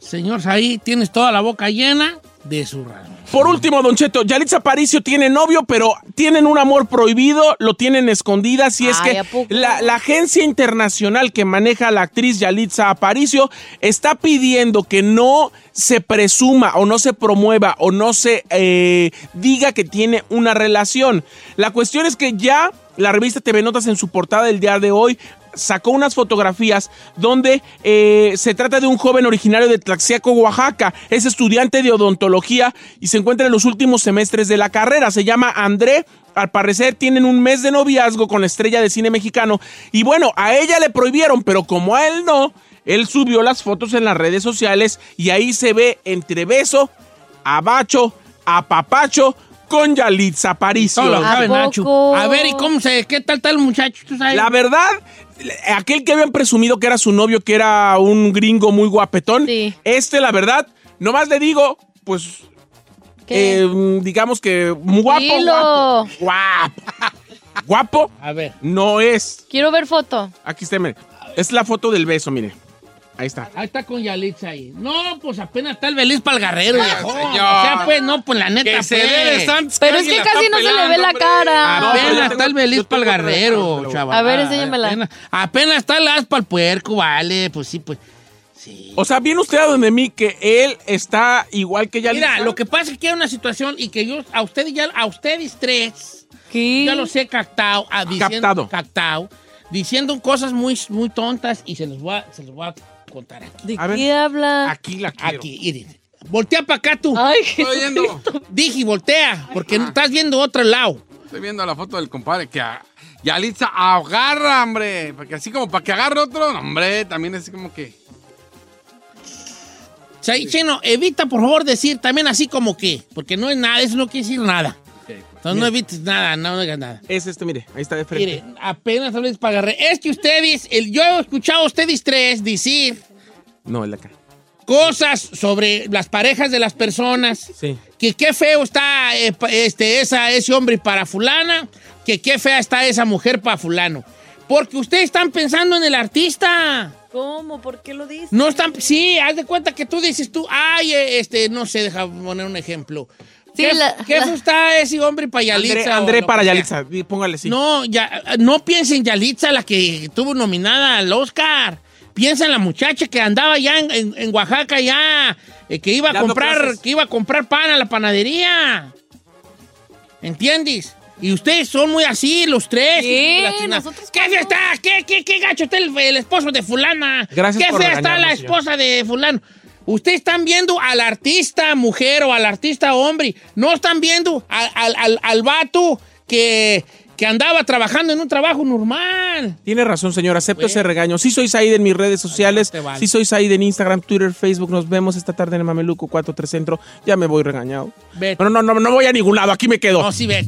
Señor, ahí tienes toda la boca llena de su ramo.
Por último, Don Cheto, Yalitza Aparicio tiene novio, pero tienen un amor prohibido, lo tienen escondida, si es
Ay, ¿a
que
poco?
la, la agencia internacional que maneja a la actriz Yalitza Aparicio está pidiendo que no se presuma o no se promueva o no se eh, diga que tiene una relación. La cuestión es que ya la revista TV Notas en su portada del día de hoy sacó unas fotografías donde eh, se trata de un joven originario de Tlaxiaco, Oaxaca. Es estudiante de odontología y se encuentra en los últimos semestres de la carrera. Se llama André. Al parecer tienen un mes de noviazgo con la estrella de cine mexicano. Y bueno, a ella le prohibieron, pero como a él no, él subió las fotos en las redes sociales y ahí se ve entre beso, abacho, apapacho con Yalitza París.
Todo lo
¿A
sabe Nacho.
poco?
A ver, ¿y cómo se, qué tal tal muchacho? ¿Tú sabes?
La verdad, aquel que habían presumido que era su novio, que era un gringo muy guapetón,
Sí.
este, la verdad, nomás le digo, pues,
¿Qué?
eh, digamos que muy guapo,
Dilo.
guapo. Guapo. Guapo
A ver.
no es.
Quiero ver foto.
Aquí está, mire. Es la foto del beso, mire. Ahí está.
Ahí está con Yalitza ahí. No, pues apenas está el Belis Palgarrero, viejo.
señor.
O sea, pues, no, pues la neta,
Que se
pues.
debe, Santos,
Pero
alguien
es que
la
casi
está
no se le
pelando,
ve la
hombre.
cara.
Ah, no,
Apenas
yo
está
tengo-
el Belis
yo tengo otra vez,
Palgarrero,
pero-
chaval.
A ver, enséñamela.
Apenas, apenas está el aspa al puerco, vale. Pues sí, pues. Sí.
O sea, viene usted a donde mí que él está igual que Yalitza.
Mira, lo que pasa es que hay una situación y que yo, a ustedes ya, a ustedes tres,
¿Qué?
ya los he captado, a, diciendo,
Captado.
captado, diciendo cosas muy, muy tontas y se los voy a, se los voy a contar aquí.
¿De
A ver.
qué habla?
Aquí la quiero.
Aquí, miren. Voltea para acá tú.
Ay,
Estoy viendo,
Dije, voltea, porque
Ah.
no estás viendo otro lado.
estoy viendo la foto del compadre que a- Yalitza agarra, hombre. Porque así como para que agarre otro, no, hombre, también así como que.
Chay- Chino, evita por favor decir también así como que, porque no es nada, eso no quiere decir nada. Entonces no evites nada, no digas nada.
Es este, mire. Ahí está de frente.
Mire, apenas habléis para agarrar. Es que ustedes, el, yo he escuchado a ustedes tres decir
No, el de acá.
cosas sobre las parejas de las personas.
Sí.
Que qué feo está eh, pa- este, esa, ese hombre para fulana, que qué fea está esa mujer para fulano. Porque ustedes están pensando en el artista.
¿Cómo? ¿Por qué lo dices?
No están, sí, haz de cuenta que tú dices tú, ay, eh, este, no sé, deja poner un ejemplo.
Sí,
¿Qué,
la-
qué
la-
gusta ese hombre para Yalitza?
André,
o
André
lo
para
que sea?
Yalitza. Dí- Póngale sí.
No, ya, no piensa en Yalitza, la que tuvo nominada al Oscar. Piensa en la muchacha que andaba ya en, en- en Oaxaca ya, eh, que iba a
Dando
comprar,
clases.
que iba a comprar pan a la panadería. ¿Entiendes? Y ustedes son muy así, los tres.
Sí,
hijos de la chingada.
nosotros
¿Qué fea está? ¿Qué, qué, qué gacho está el, el esposo de fulana?
Gracias
¿Qué
por
fea está la
regañarnos, señor.
esposa de fulano? Ustedes están viendo al artista mujer o al artista hombre. No están viendo al, al, al- al vato que, que andaba trabajando en un trabajo normal.
Tiene razón, señor. Acepto
Bueno.
ese regaño. Sí sois ahí en mis redes sociales.
te vale.
Sí sois ahí en Instagram, Twitter, Facebook. Nos vemos esta tarde en el Mameluco 43 Centro. Ya me voy regañado.
Vete.
No, no, no, no voy a ningún lado. Aquí me quedo.
No, sí, ves.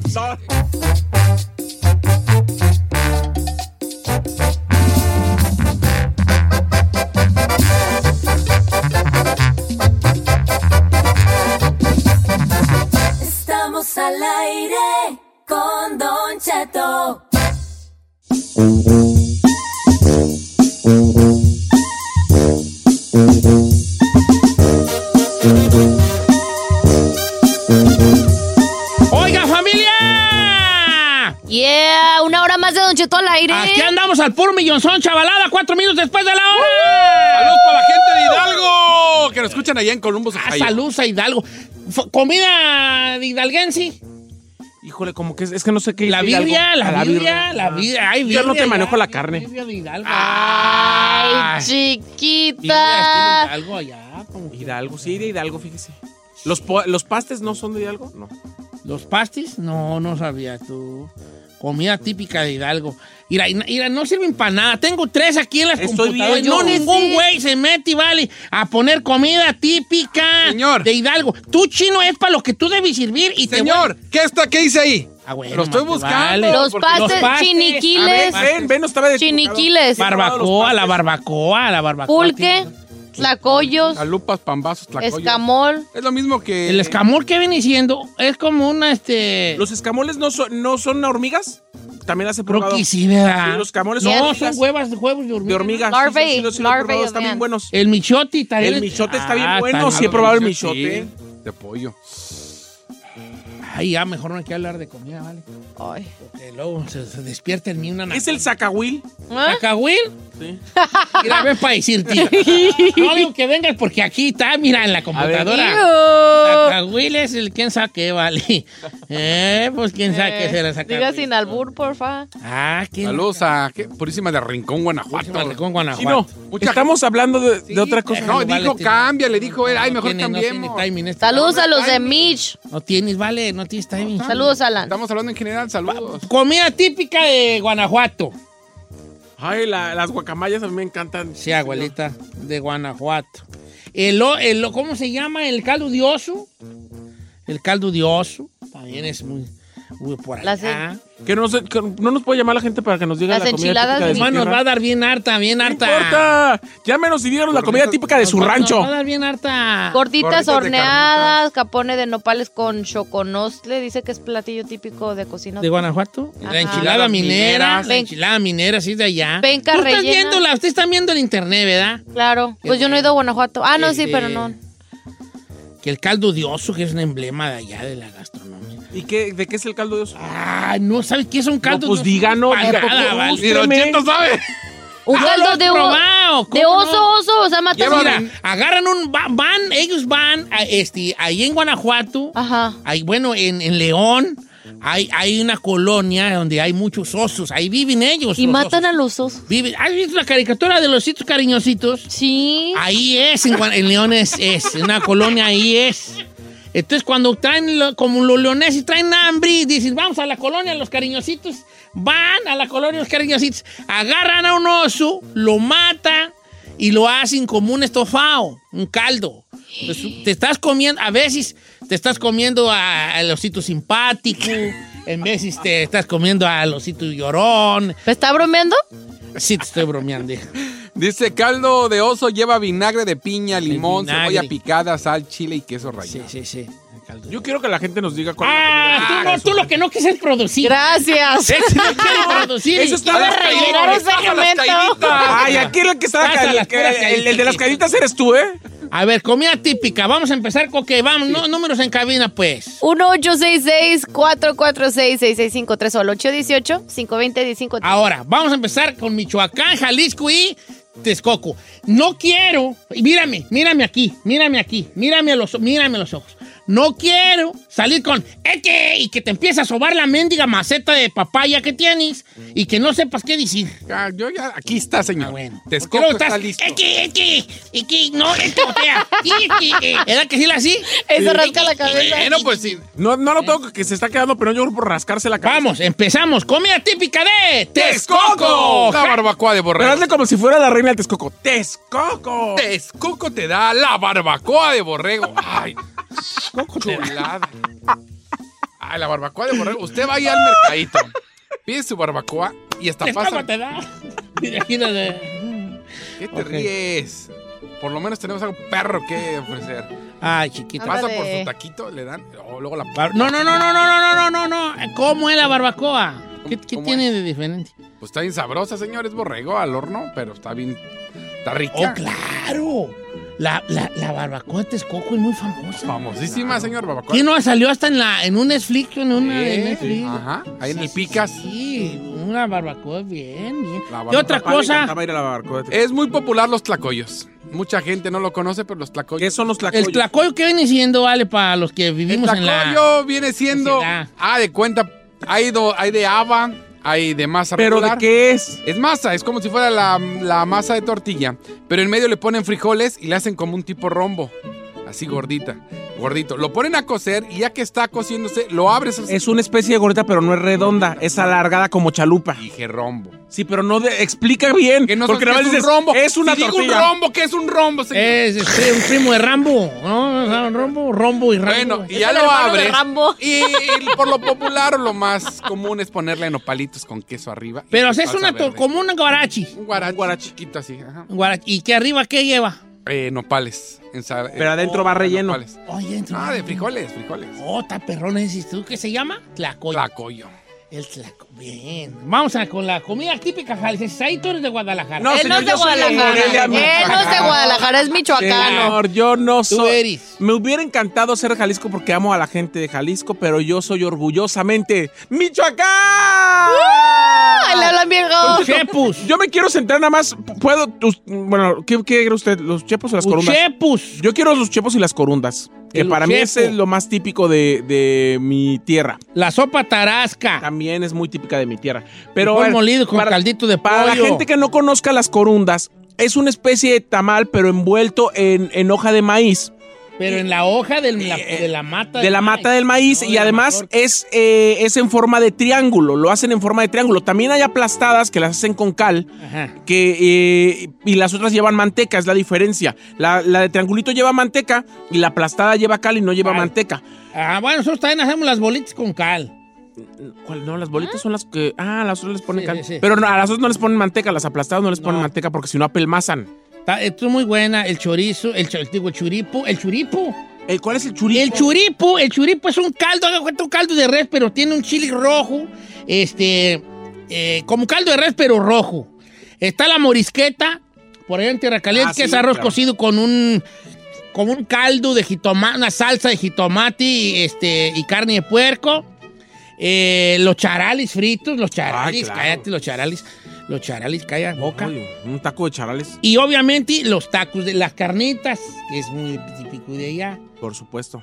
¡Oiga, familia!
¡Yeah! Una hora más de Don Cheto al aire.
Aquí andamos al puro millonzón, chavalada, cuatro minutos después de la hora. Uh, ¡Saludos para la gente de Hidalgo! Que nos escuchan allá en Columbus, Ah, saludos a Hidalgo. F- comida de hidalguense.
Híjole, como que es, es que no sé qué.
La
Hidalgo.
Biblia,
Ah,
la Biblia, la Biblia. Ay,
Yo no
Biblia,
te manejo
ya,
la carne.
Biblia de Hidalgo.
¡Ay,
Biblia,
Ah.
chiquita!
estilo Hidalgo allá. como que-
Hidalgo, sí, de Hidalgo, fíjese. ¿Los, po- ¿Los pastes no son de Hidalgo? No.
¿Los pastis? No, no sabía tú. Comida típica de Hidalgo. Mira, y- mira, no sirven para nada. Tengo tres aquí en las
Estoy
computadoras.
viendo.
No, ningún güey se mete, vale, a poner comida típica de Hidalgo. Tú, chino, es para lo que tú debes servir y te
Señor, ¿qué está? ¿Qué dice ahí?
Ah, bueno,
Lo estoy
más te
buscando.
vale.
Los
Porque-
pastes, chiniquiles.
A ver, ven, ven, no estaba de
Chiniquiles.
Barbacoa, la barbacoa, la barbacoa.
Pulque, tlacoyos,
Chalupas, pambazos, tlacoyos.
escamol.
Es lo mismo que...
El escamor que viene siendo es como una, este...
¿Los escamoles no son, no son hormigas? También hace
Creo
probado.
que sí, ¿verdad?
Sí, los escamoles son
no,
hormigas.
son huevas, huevos de hormiga.
De hormigas.
Larvae,
Sí, sí, sí, los he probado,
larvae of
están bien
ant.
buenos.
El michote y tal.
El michote está
Ah,
bien bueno,
está
sí he
malo.
probado el
Sí,
michote.
De pollo.
Ay, ya, mejor no hay que hablar de comida, ¿vale?
Ay.
Porque luego se, se despierta en mí una...
Es el zacahuil.
¿Ah?
¿Cacahuil?
Sí.
Mira, ven para decirte. No digo que vengas porque aquí está, mira, en la computadora.
Ew.
Cacahuil es el quién sabe qué, vale. Eh, pues quién sabe qué será sacahuil.
Diga sin albur, porfa.
Ah, quién
Saludos a ¿qué? Purísima de Rincón, Guanajuato.
Última Rincón, Guanajuato.
Chino, estamos hablando de, de otra cosa.
No,
Vale,
dijo
tiene-
cambia, le dijo él. Ay, mejor
tiene-
cambiemos.
tiene timing este
Saludos a
cabrón.
los de Mitch.
No tienes, vale, no tienes timing.
Saludos, Alan.
Estamos hablando en general, saludos.
Comida típica de Guanajuato.
Ay, la- las guacamayas a mí me encantan.
Sí, abuelita, de Guanajuato. El, o- el, o- ¿Cómo se llama? El caldo de oso. El caldo de oso. Ah. También es muy, muy por
La
allá.
Que no, sé- que no nos puede llamar la gente para que nos diga
Las
la comida
enchiladas
típica de
de
su
Hermano, nos
tierra.
va a dar bien harta, bien
No
harta.
importa. Llámenos y díganos la comida típica de su
Pues
rancho.
Nos va a dar bien harta.
Gorditas
Gorditas de
horneadas, capones de nopales con choconostle. Dice que es platillo típico de cocina.
¿De Guanajuato? La
Ajá.
enchilada
Las
minera.
mineras.
La enchilada minera, sí, de allá.
Penca
Tú estás
rellena.
viendo la, ustedes están viendo el internet, ¿verdad?
Claro. Pues yo no he ido a Guanajuato. Ah, no, sí,
Este,
pero no.
Que el caldo de oso, que es un emblema de allá de la gastronomía.
¿Y qué, de qué es el caldo de oso?
Ah, no, ¿sabes qué es un caldo
No, pues díganos.
Para
diga,
nada,
pues,
vale.
Ni Don
Créeme.
Cheto sabe.
Un
Ah, lo
caldo
he
de, o-
probado,
de
¿cómo
oso,
no?
oso. O sea, matas
Llevan-
una-
Mira, agarran un va- van, ellos van a, este, ahí en Guanajuato,
Ajá.
ahí, bueno, en, en León, hay, hay una colonia donde hay muchos osos, ahí viven ellos.
Y
los
matan
osos.
a los osos.
Viven- ¿Has visto la caricatura de los ositos cariñositos?
Sí.
Ahí es, en, Guan- en León es, es, en una colonia ahí es. Entonces cuando traen, lo- como los leoneses traen hambre, y dicen, vamos a la colonia, los cariñositos, van a la colonia, los cariñositos, agarran a un oso, lo matan y lo hacen como un estofado, un caldo. Entonces, te estás comiendo, a veces te estás comiendo a- al osito simpático, en veces te estás comiendo al osito llorón.
¿Me está bromeando?
Sí, te estoy bromeando. hija.
Dice, caldo de oso lleva vinagre de piña, limón,
vinagre.
cebolla picada, sal, chile y queso
Sí,
rallado.
sí, sí. el caldo.
Yo quiero que la gente nos diga cuál
Ah, tú, no, tú lo que no quieres es producir.
Gracias.
Ese no quiere producir.
Eso está
Quiere
de
rellenar
rellenar
ese segmento.
Ay, aquí el que está la
Pasa
ca-
las
que-
puras
el, el de las
callecitas.
caritas eres tú, ¿eh?
A ver, comida típica. Vamos a empezar con que vamos, no, números en cabina, pues.
1-866-446-6653 o al 818-520-1053.
Ahora, vamos a empezar con Michoacán, Jalisco y Texcoco. No quiero, y mírame, mírame aquí, mírame aquí, mírame a los, mírame a los ojos. No quiero salir con "Es que", y que te empieza a sobar la mendiga maceta de papaya que tienes y que no sepas qué decir.
Ah, yo ya, aquí está, señor.
Ah, bueno.
Texcoco
Porque luego
está
estás,
listo.
Es que, es que, es que, no, es que, o sea, sí, es que, eh, ¿era que sí la así?
Eso rasca la cabeza.
Bueno, pues sí.
No, no lo tengo que se está quedando, pero yo creo por rascarse la cabeza.
Vamos, empezamos. Comida típica de
¡Texcoco!
Texcoco.
La barbacoa de
Pero
borrego.
hazle como si fuera la reina del Texcoco. ¡Texcoco!
Texcoco te da la barbacoa de borrego. Ay, chulada. Ay, la barbacoa de borrego. Usted vaya al mercadito, pide su barbacoa y hasta
Texcoco
pasa.
te da. Imagínate.
¿Qué te
Ok.
ríes? Por lo menos tenemos algo perro que ofrecer.
Ay, chiquito.
Pasa por
Ándale.
su taquito, le dan, o oh, luego la
No, no, no, no, no, no, no, no, no, no. ¿Cómo es la barbacoa? ¿Qué, qué tiene de diferente?
Pues está bien sabrosa, señor. Es borrego al horno, pero está bien. Está rica.
Oh, claro. La, la, la barbacoa de Texcoco es muy famosa.
Famosísima, señor Babacoa.
¿Quién no salió hasta en la en un Netflix? En una,
Sí,
en Netflix?
Ajá. Ahí en el Picas.
Sí, una barbacoa bien, bien.
La
¿Qué otra
barbacoa le
cosa?
encantaba ir a la este. barbacoa. Es muy popular los tlacoyos. Mucha gente no lo conoce, pero los tlacoyos. ¿Qué son los
El tlacoyo que viene siendo, vale, para los que vivimos en la...
tlacoyo viene siendo.
sociedad.
Ah, de cuenta. Hay, do- hay de haba, hay de masa.
¿Pero de
qué es? Es masa, es como si fuera la, la masa de tortilla. Pero en medio le ponen frijoles y le hacen como un tipo rombo. Así gordita, gordito. Lo ponen a cocer y ya que está cociéndose, lo abres.
Es una especie de gorrita, pero no es redonda. Es alargada como chalupa.
Dije rombo.
Sí, pero no de- explica bien.
No
porque
sabes
nada
qué
más dices,
un rombo.
es una
Si digo
tortilla.
un rombo, ¿qué es un rombo, señor?
Es, este, un primo de Rambo, ¿no? no, Rambo, Rombo y Rambo.
Bueno, y ya lo abres. Y, y por lo popular o lo más común es ponerle nopalitos con queso arriba. y
Pero
con
es
salsa
una tor-
verde.
como una guarachi.
Un guarachi, chiquito así. ajá.
Guarachi. ¿Y qué arriba qué lleva?
Eh, nopales. ensa- eh,
Pero adentro va relleno.
nopales.
Oye, entra-
Ah, de frijoles, frijoles.
Oh, está perrón ese. ¿Tú qué se llama? Tlacoyo.
Tlacoyo.
El tlaco. Bien. Vamos a con la comida típica jalisciense. Ahí tú eres de Guadalajara.
No,
Él
señor,
Eh, no es de
yo soy de
Guadalajara.
Morelia,
Él no es de
Michoacán.
Guadalajara, es michoacano.
Señor, yo no
Tú
soy.
eres.
Me hubiera encantado ser de Jalisco porque amo a la gente de Jalisco, pero yo soy orgullosamente Michoacán.
¡Ah!
Ay, le hablan bien gago.
Chepus.
Yo me quiero centrar nada más. Puedo. us- Bueno, ¿qué, ¿qué era usted? ¿Los chepos o las corundas?
Chepus.
Yo quiero los chepos y las corundas. Que
El
para mí
chepo.
ese es lo más típico de, de mi tierra.
La sopa tarasca.
También es muy típica de mi tierra. Pero. a
Frijol
ver,
molido con
para-
caldito de
Para
pollo.
la gente que no conozca las corundas, es una especie de tamal, pero envuelto en, en hoja de maíz.
Pero en la hoja del- la- de la mata.
Eh,
Ah,
De la mata del maíz
No, de
y
la
además
mazorca.
es, eh, es en forma de triángulo, lo hacen en forma de triángulo. También hay aplastadas que las hacen con cal
Ajá.
que, eh, y las otras llevan manteca, es la diferencia. La, la de triangulito lleva manteca y la aplastada lleva cal y no lleva
Cal.
manteca.
Ah, bueno, nosotros también hacemos las bolitas con cal.
¿Cuál? No, las bolitas son las que... Ah, las otras les ponen
Sí,
cal.
sí, sí.
Pero no, a las otras no les ponen manteca, las aplastadas no les ponen manteca porque si no apelmazan.
Está, esto es muy buena. El chorizo, el, cho- el, digo, el churipo, el churipo.
Eh, ¿Cuál es el churipo?
El churipo, el churipo es un caldo, haga cuenta un caldo de res, pero tiene un chili rojo, este, eh, como caldo de res, pero rojo. Está la morisqueta, por ahí en Tierra Caliente,
Ah,
que es
sí,
arroz
claro.
cocido con un, con un caldo de jitomate, una salsa de jitomate y, este, y carne de puerco. Eh, los charales fritos, los charales,
claro.
cállate, los charales, los charales, calla boca.
Ay, un taco de charales,
Y obviamente los tacos de las carnitas, que es muy típico de allá.
por supuesto.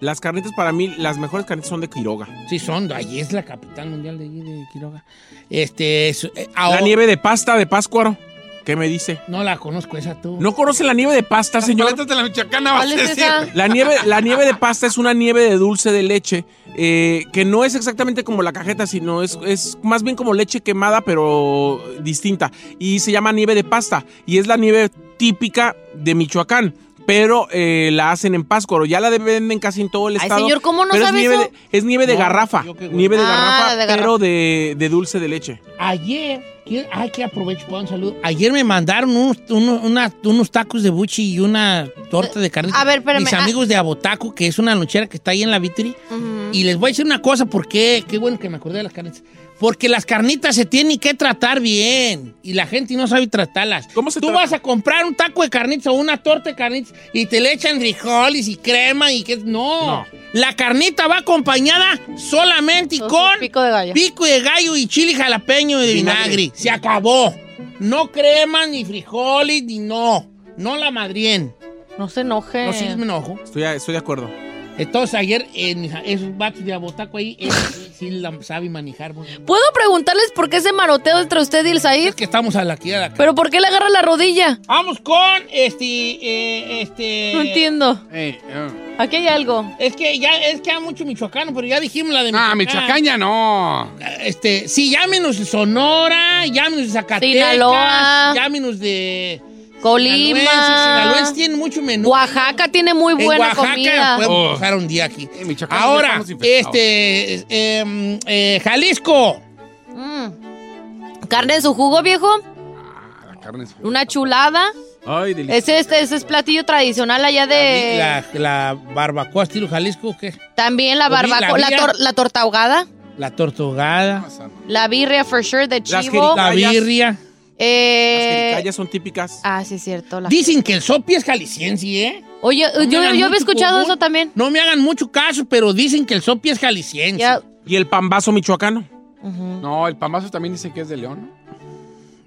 Las carnitas para mí, las mejores carnitas son de Quiroga.
Sí, son, ahí es la capital mundial de, allí, de Quiroga. Este, es- eh,
La
ahora-
nieve de pasta de Páscuaro. ¿Qué me dice?
No la conozco esa tú.
¿No conoce la nieve de pasta,
Las
señor?
paletas de la michoacana vas
¿Cuál
a
es
decir.
esa?
La nieve, la nieve de pasta es una nieve de dulce de leche, eh, que no es exactamente como la cajeta, sino es, es más bien como leche quemada, pero distinta. Y se llama nieve de pasta, y es la nieve típica de Michoacán, pero eh, la hacen en Páscuaro. Ya la venden casi en todo el
Ay,
estado.
señor, ¿cómo no
pero es
sabe
nieve
eso?
de- es nieve de
No,
garrafa,
yo qué güey.
nieve de
Ah,
garrafa,
de
pero de, de dulce de leche.
Ayer, que- ay, que aprovecho para un saludo. Ayer me mandaron unos, uno- una- unos tacos de buchi y una torta de carne.
A ver, espérame,
Mis
ah.
amigos de Abotaco, que es una lonchera que está ahí en la vitri. Y les voy a decir una cosa, porque qué bueno que me acordé de las carnitas. Porque las carnitas se tienen que tratar bien y la gente no sabe tratarlas.
¿Cómo se
Tú
trata?
vas a comprar un taco de carnitas o una torta de carnitas y te le echan frijoles y crema y que no.
No.
La carnita va acompañada solamente y
Con su
con
pico de gallo.
pico de gallo y chile jalapeño y de vinagre.
Vinagre.
Se acabó. No crema ni frijoles ni no. No la madrien.
No se enoje.
No sí me enojo.
Estoy, estoy de acuerdo.
Entonces ayer eh, mis- esos vatos de abotaco ahí eh, sí, sí la sabe manejar. bueno.
¿Puedo preguntarles por qué ese maroteo entre usted y el
Es
Said?
que estamos a la aquí a la
¿Pero por qué le agarra la rodilla?
Vamos con este eh, este
No entiendo.
Eh, eh.
Aquí hay algo.
Es que ya es que hay mucho michoacano, pero ya dijimos la de
Ah, Michoacán ya no.
Este, sí, llámenos de Sonora, llámenos de Zacatecas,
Sinaloa.
llámenos pues de
Colima.
Sinaloenses, sinaloenses tienen mucho menú.
Oaxaca tiene muy
en
buena
Oaxaca pues,
comida. Mm.
podemos
Oh.
pasar un día aquí.
En Michoacán ya
Ahora,
estamos infectados.
este, em, eh, Jalisco.
Mm. Carne en su jugo, viejo.
Ah, la carne es-
Una chulada.
Ay, delicioso.
Ese, este, ese es platillo tradicional allá de...
La, la barbacoa estilo Jalisco, ¿qué?
También la
Comí- la
barbacoa, la,
vía.
tor- la torta ahogada.
La tortugada.
La birria for sure de
Las
chivo.
jericayas. La birria.
Eh,
son típicas.
Ah, sí, es cierto. la-
Dicen que el sopi es jalisciense, ¿eh?
Oye,
No me
yo, yo
hagan
había
mucho
escuchado
común.
eso también.
No me hagan mucho caso, pero dicen que el sopi es jalisciense.
Ya-
¿Y el pambazo michoacano?
No, el pambazo también dice que es de León.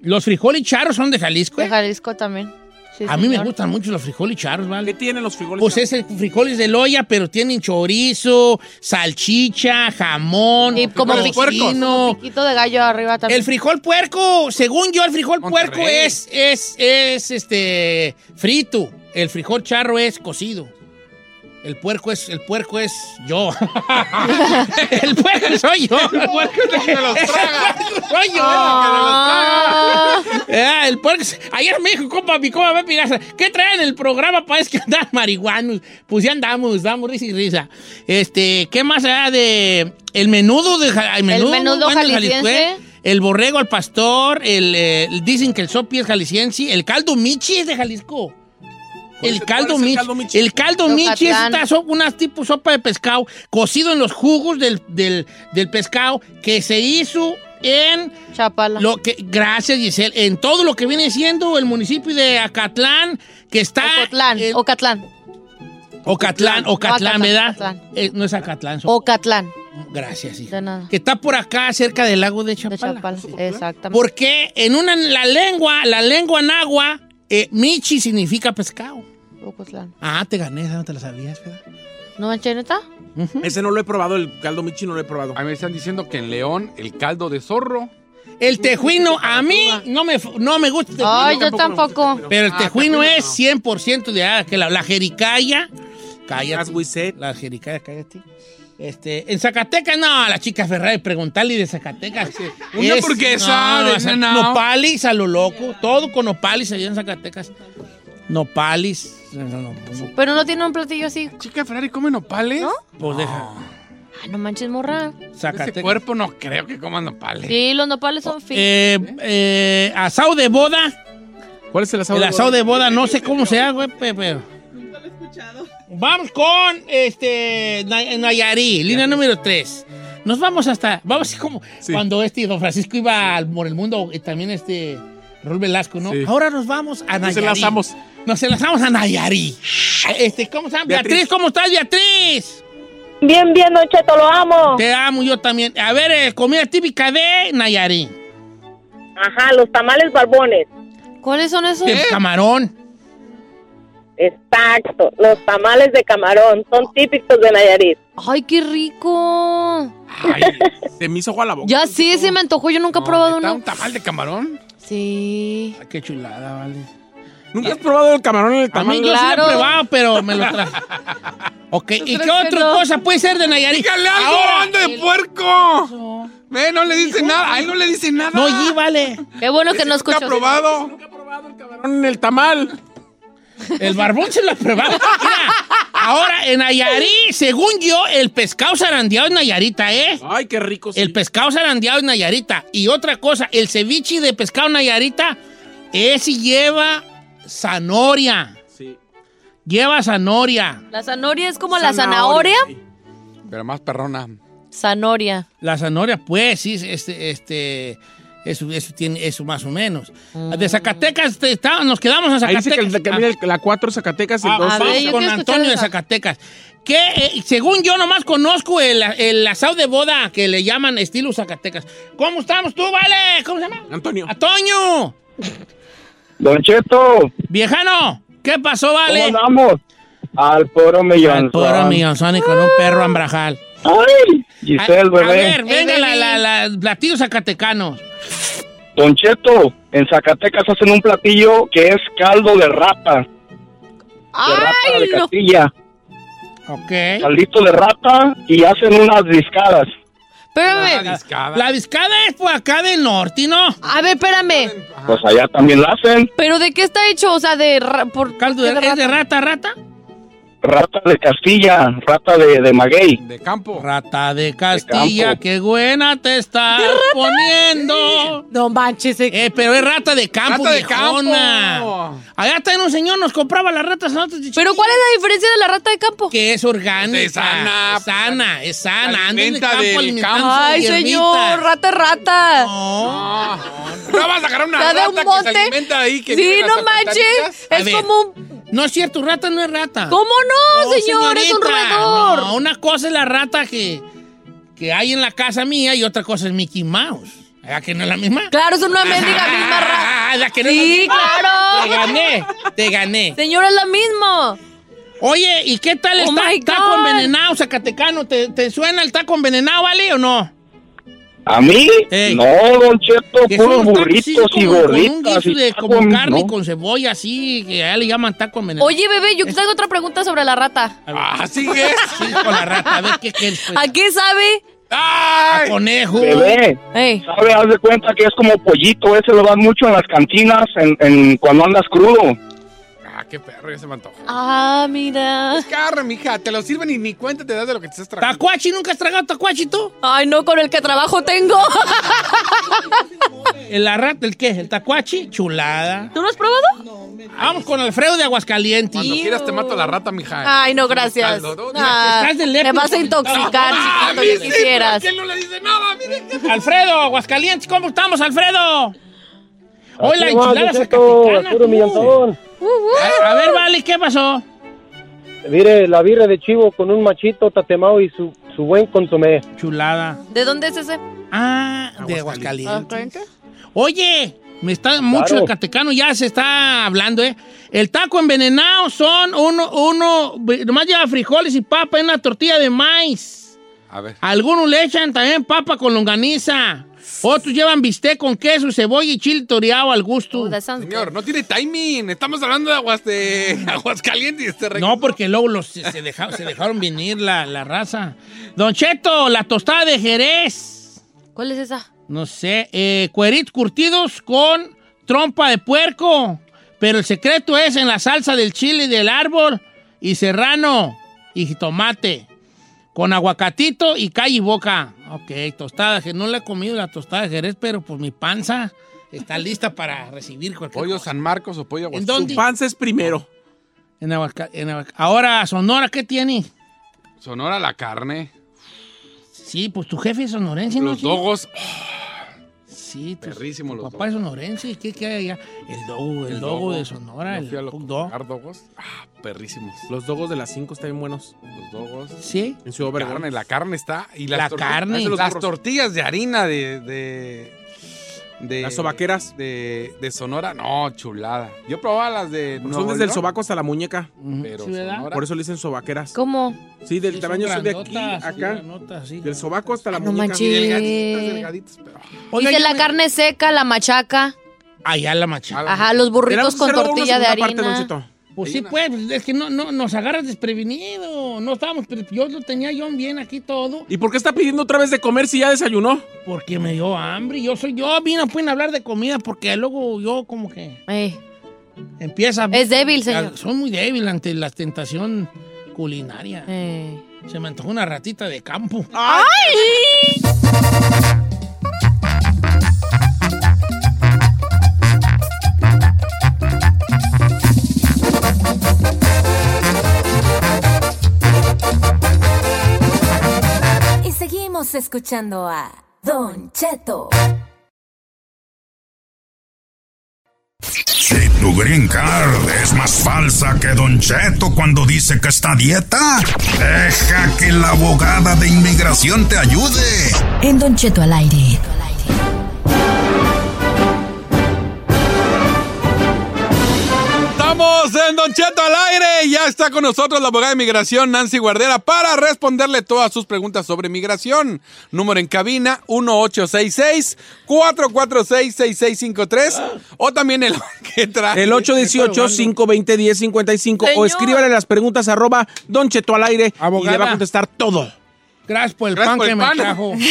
Los frijoles charros son de Jalisco. ¿eh?
De Jalisco también. Sí,
A mí me
señor.
gustan mucho los frijoles charros, ¿vale?
¿Qué tienen los frijoles?
Pues es el frijoles de loya, pero tienen chorizo, salchicha, jamón,
Y como
tocino.
piquito, piquito de gallo arriba también.
El frijol puerco, según yo, el frijol
Monterrey.
puerco es, es, es este frito. El frijol charro es cocido. El puerco es, el puerco es yo. el puerco soy yo. El puerco es el que los traga. soy yo.
Ah,
Ah, el puerco. Ayer me dijo, compa, mi compa Pepe Garza, ¿qué traen el programa para es que andan marihuanos? Pues ya andamos, damos risa y risa. Este, ¿qué más allá de el menudo de ja- el menudo,
menudo
bueno, de
jalisciense.
Jalisco, ¿eh? El borrego al pastor, el, eh, el- dicen que el sopi es jalisciense, el caldo michi es de Jalisco. El caldo,
cuál es el
michi,
caldo michi?
El caldo michi es
Yucatán.
esta so- una tipo sopa de pescado cocido en los jugos del, del- del pescado que se hizo en
Chapala.
lo que, gracias, Giselle. En todo lo que viene siendo el municipio de Acatlán, que está.
Ocotlán,
eh,
Ocatlán.
Ocatlán, Ocatlán,
No, Acatlán,
¿verdad?
Acatlán.
Eh, no es Acatlán, so-
Ocatlán,
gracias, hija.
de nada.
Que está por acá, cerca del lago de
De
Chapala.
Chapala, exactamente.
Porque en una la lengua, la lengua nagua, eh, michi significa pescado.
Ocotlán.
Ah, te gané, esa no te la sabías, ¿verdad?
¿No manches, neta?
Ese no lo he probado, el caldo michi no lo he probado.
A mí me están diciendo que en León el caldo de zorro.
El tejuino, a mí no me, no me gusta el tejuino.
Ay, yo tampoco.
Pero el
Ah,
tejuino
tejuino
es
no.
100% de ah, que la, la jericaya. Cállate.
As we said.
La jericaya, cállate. Este, en Zacatecas, no, a la chica Ferrari, preguntarle de Zacatecas.
Una hamburguesa de
o sea,
nanao.
Nopalis a lo loco, todo con nopalis allá en Zacatecas. Nopalis. No, no, pues, no, no,
Pero no tiene un platillo así.
Chica Ferrari come nopales.
¿No?
pues deja.
Ah, no manches, morra.
Ese
Zacatecas.
cuerpo no creo que coma nopales.
Sí, los nopales son fin.
Eh, eh, asado de boda.
¿Cuál es el asado?
El
de
asado
boda?
de boda, no sé cómo se hace, güey, pe- pero. Vamos con este Nay- Nayarí, línea número 3. Nos vamos hasta. Vamos así como
Sí.
cuando este Don Francisco iba al- por el mundo, y también este Rol Velasco, ¿no?
Sí.
Ahora nos vamos a Nayarí.
Nos enlazamos.
Nos enlazamos a Nayarí. Este, ¿cómo estás? Beatriz.
Beatriz.
¿cómo estás, Beatriz?
Bien, bien, Don Cheto, lo amo.
Te amo yo también. A ver, eh, comida típica de Nayarí.
Ajá, los tamales barbones.
¿Cuáles son esos?
De camarón.
Exacto, los tamales de camarón son típicos de Nayarit.
Ay, qué rico.
Ay, se me hizo agua la boca.
Ya sí, se me antojó. Yo nunca he probado
¿Está
uno.
un tamal de camarón?
Sí.
Ay, Ah, qué chulada, vale.
¿Nunca has probado el camarón en el
A mí
tamal?
yo sí lo
Claro.
he probado, pero me lo traje. ok, ¿y qué
traes
otra
pelo.
cosa puede ser de Nayarit? Ah,
¡Dígale algo,
Ahora,
anda de puerco! Ve, no le dice nada. A él no le dice nada.
No, y vale.
Qué bueno que no
Nunca
escuchó.
ha probado.
Camarón en el tamal.
El barbón se lo ha probado. Mira, ahora, en Nayarit, según yo, el pescado zarandeado es Nayarita, ¿eh?
Ay, qué rico. sí.
El pescado zarandeado es Nayarita. Y otra cosa, el ceviche de pescado Nayarita, ese lleva zanoria.
Sí.
Lleva zanoria.
La zanahoria es como la zanahoria.
Pero más perrona.
Zanahoria.
La zanahoria, pues, sí, este, este, eso, eso tiene, eso más o menos.
Mm.
De Zacatecas, te- está- nos quedamos en
Ahí
Zacatecas.
dice que, el- que mira el- la 4 Zacatecas y
Ah,
el 2
a ver, yo
vamos con
quiero escuchar
Antonio de
esa.
Zacatecas. Que eh, según yo nomás conozco el, el asado de boda que le llaman estilo Zacatecas. ¿Cómo estamos tú, vale? ¿Cómo se llama?
Antonio.
Antonio,
Don Cheto,
viejano, ¿qué pasó, vale?
andamos? Al puro
Al pobre millonzón y con un perro ambrajal.
Ay,
A, a ver, venga,
El
la,
bebé.
la, la- platillos zacatecanos.
Don Cheto, en Zacatecas hacen un platillo que es caldo de rata, de rata
Ay,
de
no.
Castilla,
Ok.
caldito de rata y hacen unas discadas.
Espérame.
La viscada es por acá del norte, ¿no?
A ver, espérame.
Pues allá también la hacen.
¿Pero de qué está hecho? O sea, de... ra- por
Caldo de,
qué
¿Es de rata, rata?
Rata de Castilla, rata de, de maguey.
De campo.
Rata de Castilla,
campo.
qué buena te estás poniendo.
No manches.
Eh, pero es rata de campo,
Rata de
viejona.
campo.
Allá está un señor, nos compraba las ratas.
Pero ¿cuál es la diferencia de la rata de campo?
Que es orgánica.
Es sana.
Es sana, es sana. Anda en el
alimenta
campo
del
alimentándose
campo.
de
Ay, señor,
hierbitas.
rata, rata.
No vas a agarrar una
Está de
rata
un
que se
monte.
alimenta ahí. Que
Sí,
vive en
no
las
manches,
alcantarillas.
A ver, No es cierto, rata no es rata.
¿Cómo no, señor? Es un
señorita,
roedor.
no, una cosa es la rata que, que hay en la casa mía y otra cosa es Mickey Mouse. ¿Verdad que no es la misma?
Claro, es una mendiga misma rata.
Ah, ¿verdad que no es la
Sí,
misma? Ah,
claro.
Te gané, te gané.
Señor, es lo mismo.
Oye, ¿y qué tal el
Oh
ta-
my
taco
God.
envenenado, Zacatecano? ¿Te, te suena el taco envenenado, vale, o no?
¿A mí? No, don Cheto,
Que
puros
son tacos así
burritos y
como Con un
gorditas.
guiso
y
de
tacos,
como carne
¿no?
con cebolla, así, que a él le llaman taco envenenado.
Oye, bebé, yo tengo otra pregunta sobre la rata.
Así es.
Sí, con la rata, a ver qué quieres. pues?
¿A qué sabe?
A conejo.
Bebé,
Ey.
¿sabe? Haz de cuenta que es como pollito, ese lo dan mucho en las cantinas en, en- cuando andas crudo.
Ah, qué perro, ya se me antojó.
Ah, mira.
Es carne, mija. Te lo sirven y ni cuenta te das de lo que te estás tragando.
¿Tacuachi? ¿Nunca has tragado tacuachi tú?
Ay, no, con el que trabajo tengo.
¿El la rata, el qué? ¿El tacuachi? Chulada.
¿Tú lo has probado?
Vamos con Alfredo de Aguascalientes.
Cuando quieras te mato la rata, mija.
Ay, no, gracias.
Caldo, ¿no?
Ah,
Estás de
te
lepra
vas a
conectado.
intoxicar si cuanto yo quisieras.
¿Quién no le dice nada? Mire,
Alfredo, Aguascalientes, ¿cómo estamos, Alfredo? Hoy la
Aquí va,
enchilada
Don Cheto,
zacatecana,
puro
tú.
millantón.
A, a ver, Vale, ¿qué pasó?
Mire, la birra de chivo con un machito tatemado y su, su buen consomé.
Chulada.
¿De dónde es ese?
Ah, de Aguascalientes. Oye, me está mucho
Claro.
el catecano, ya se está hablando, ¿eh? El taco envenenado son uno, uno, nomás lleva frijoles y papa en una tortilla de maíz.
A ver.
Algunos le echan también papa con longaniza. Otros llevan bistec con queso, cebolla y chile toreado al gusto.
Señor, no tiene timing. Estamos hablando de aguas de Aguascalientes y este
No, porque luego los- se, se deja- se dejaron venir la, la raza. Don Cheto, la tostada de Jerez.
¿Cuál es esa?
No sé, eh, cueritos curtidos con trompa de puerco. Pero el secreto es en la salsa del chile del árbol y serrano y jitomate. Con aguacatito y calle y boca. Ok, tostada. que No la he comido la tostada de Jerez, pero pues mi panza está lista para recibir cualquier
¿Pollo
cosa.
San Marcos o pollo
¿En
Aguascalientes?
dónde?
Panza es primero.
En Aguasca- en Aguaca- Ahora, Sonora, ¿qué tiene?
Sonora la carne.
Sí, pues tu jefe es sonorense, ¿no?
Los
chico?
dogos.
Sí, tu-
Perrísimo
tu
los
papá es sonorense. ¿Qué, qué hay allá? El dogo, el, dogo, de Sonora,
Yo
el
fui a lo-
hot dog.
comprar dogos. Ah, perrísimos.
Los dogos de las 5 están bien buenos.
Los dogos.
Sí.
En su obra.
Carne, la carne está. Y
La
las tortillas-
carne.
Hace los
Las
burros. Las tortillas de harina de. de, de-
Las sobaqueras.
De, de Sonora. No, chulada. Yo probaba las de.
Son
Nuevo
desde el
León,
sobaco hasta la muñeca.
Pero
Sí, ¿verdad?
Sonora.
Por eso le dicen sobaqueras.
¿Cómo?
Sí, del
Sí, son
tamaño son de aquí,
grandotas, sí,
acá.
grandotas, sí.
Del sobaco hasta la
No
muñeca.
manches.
Delgaditas, delgaditas. Pero...
Oiga,
Dice
yo
la
me-
carne seca, la machaca.
Allá la machaca.
Ajá, los burritos
Tenemos que
con
hacer una
tortilla de
segunda parte, Don
harina.
Cheto.
Pues sí, pues, es que no, no, nos agarras desprevenido. No estábamos, pre- yo lo tenía yo bien aquí todo,
¿Y por qué está pidiendo otra vez de comer si ya desayunó?
porque me dio hambre. Yo soy yo, vino, pueden hablar de comida, porque luego yo como que
Ey,
empieza.
Eh. Es débil, señor.
Ah, Soy muy débil ante la tentación culinaria.
ey.
Se me antojó una ratita de campo.
Y seguimos escuchando a Don Cheto.
Si tu green card es más falsa que Don Cheto cuando dice que está a dieta, deja que la abogada de inmigración te ayude.
En Don Cheto al aire.
Estamos en Don Cheto al aire. Ya está con nosotros la abogada de migración Nancy Guardera para responderle todas sus preguntas sobre migración. Número en cabina 1866-446-6653 o también el que trae.
El 818-520-1055 o
Señor.
escríbale las preguntas arroba Don Cheto al aire y
Abogada.
le va a contestar todo.
Gracias por el
Gracias
pan
por
que
el
me
pan.
trajo.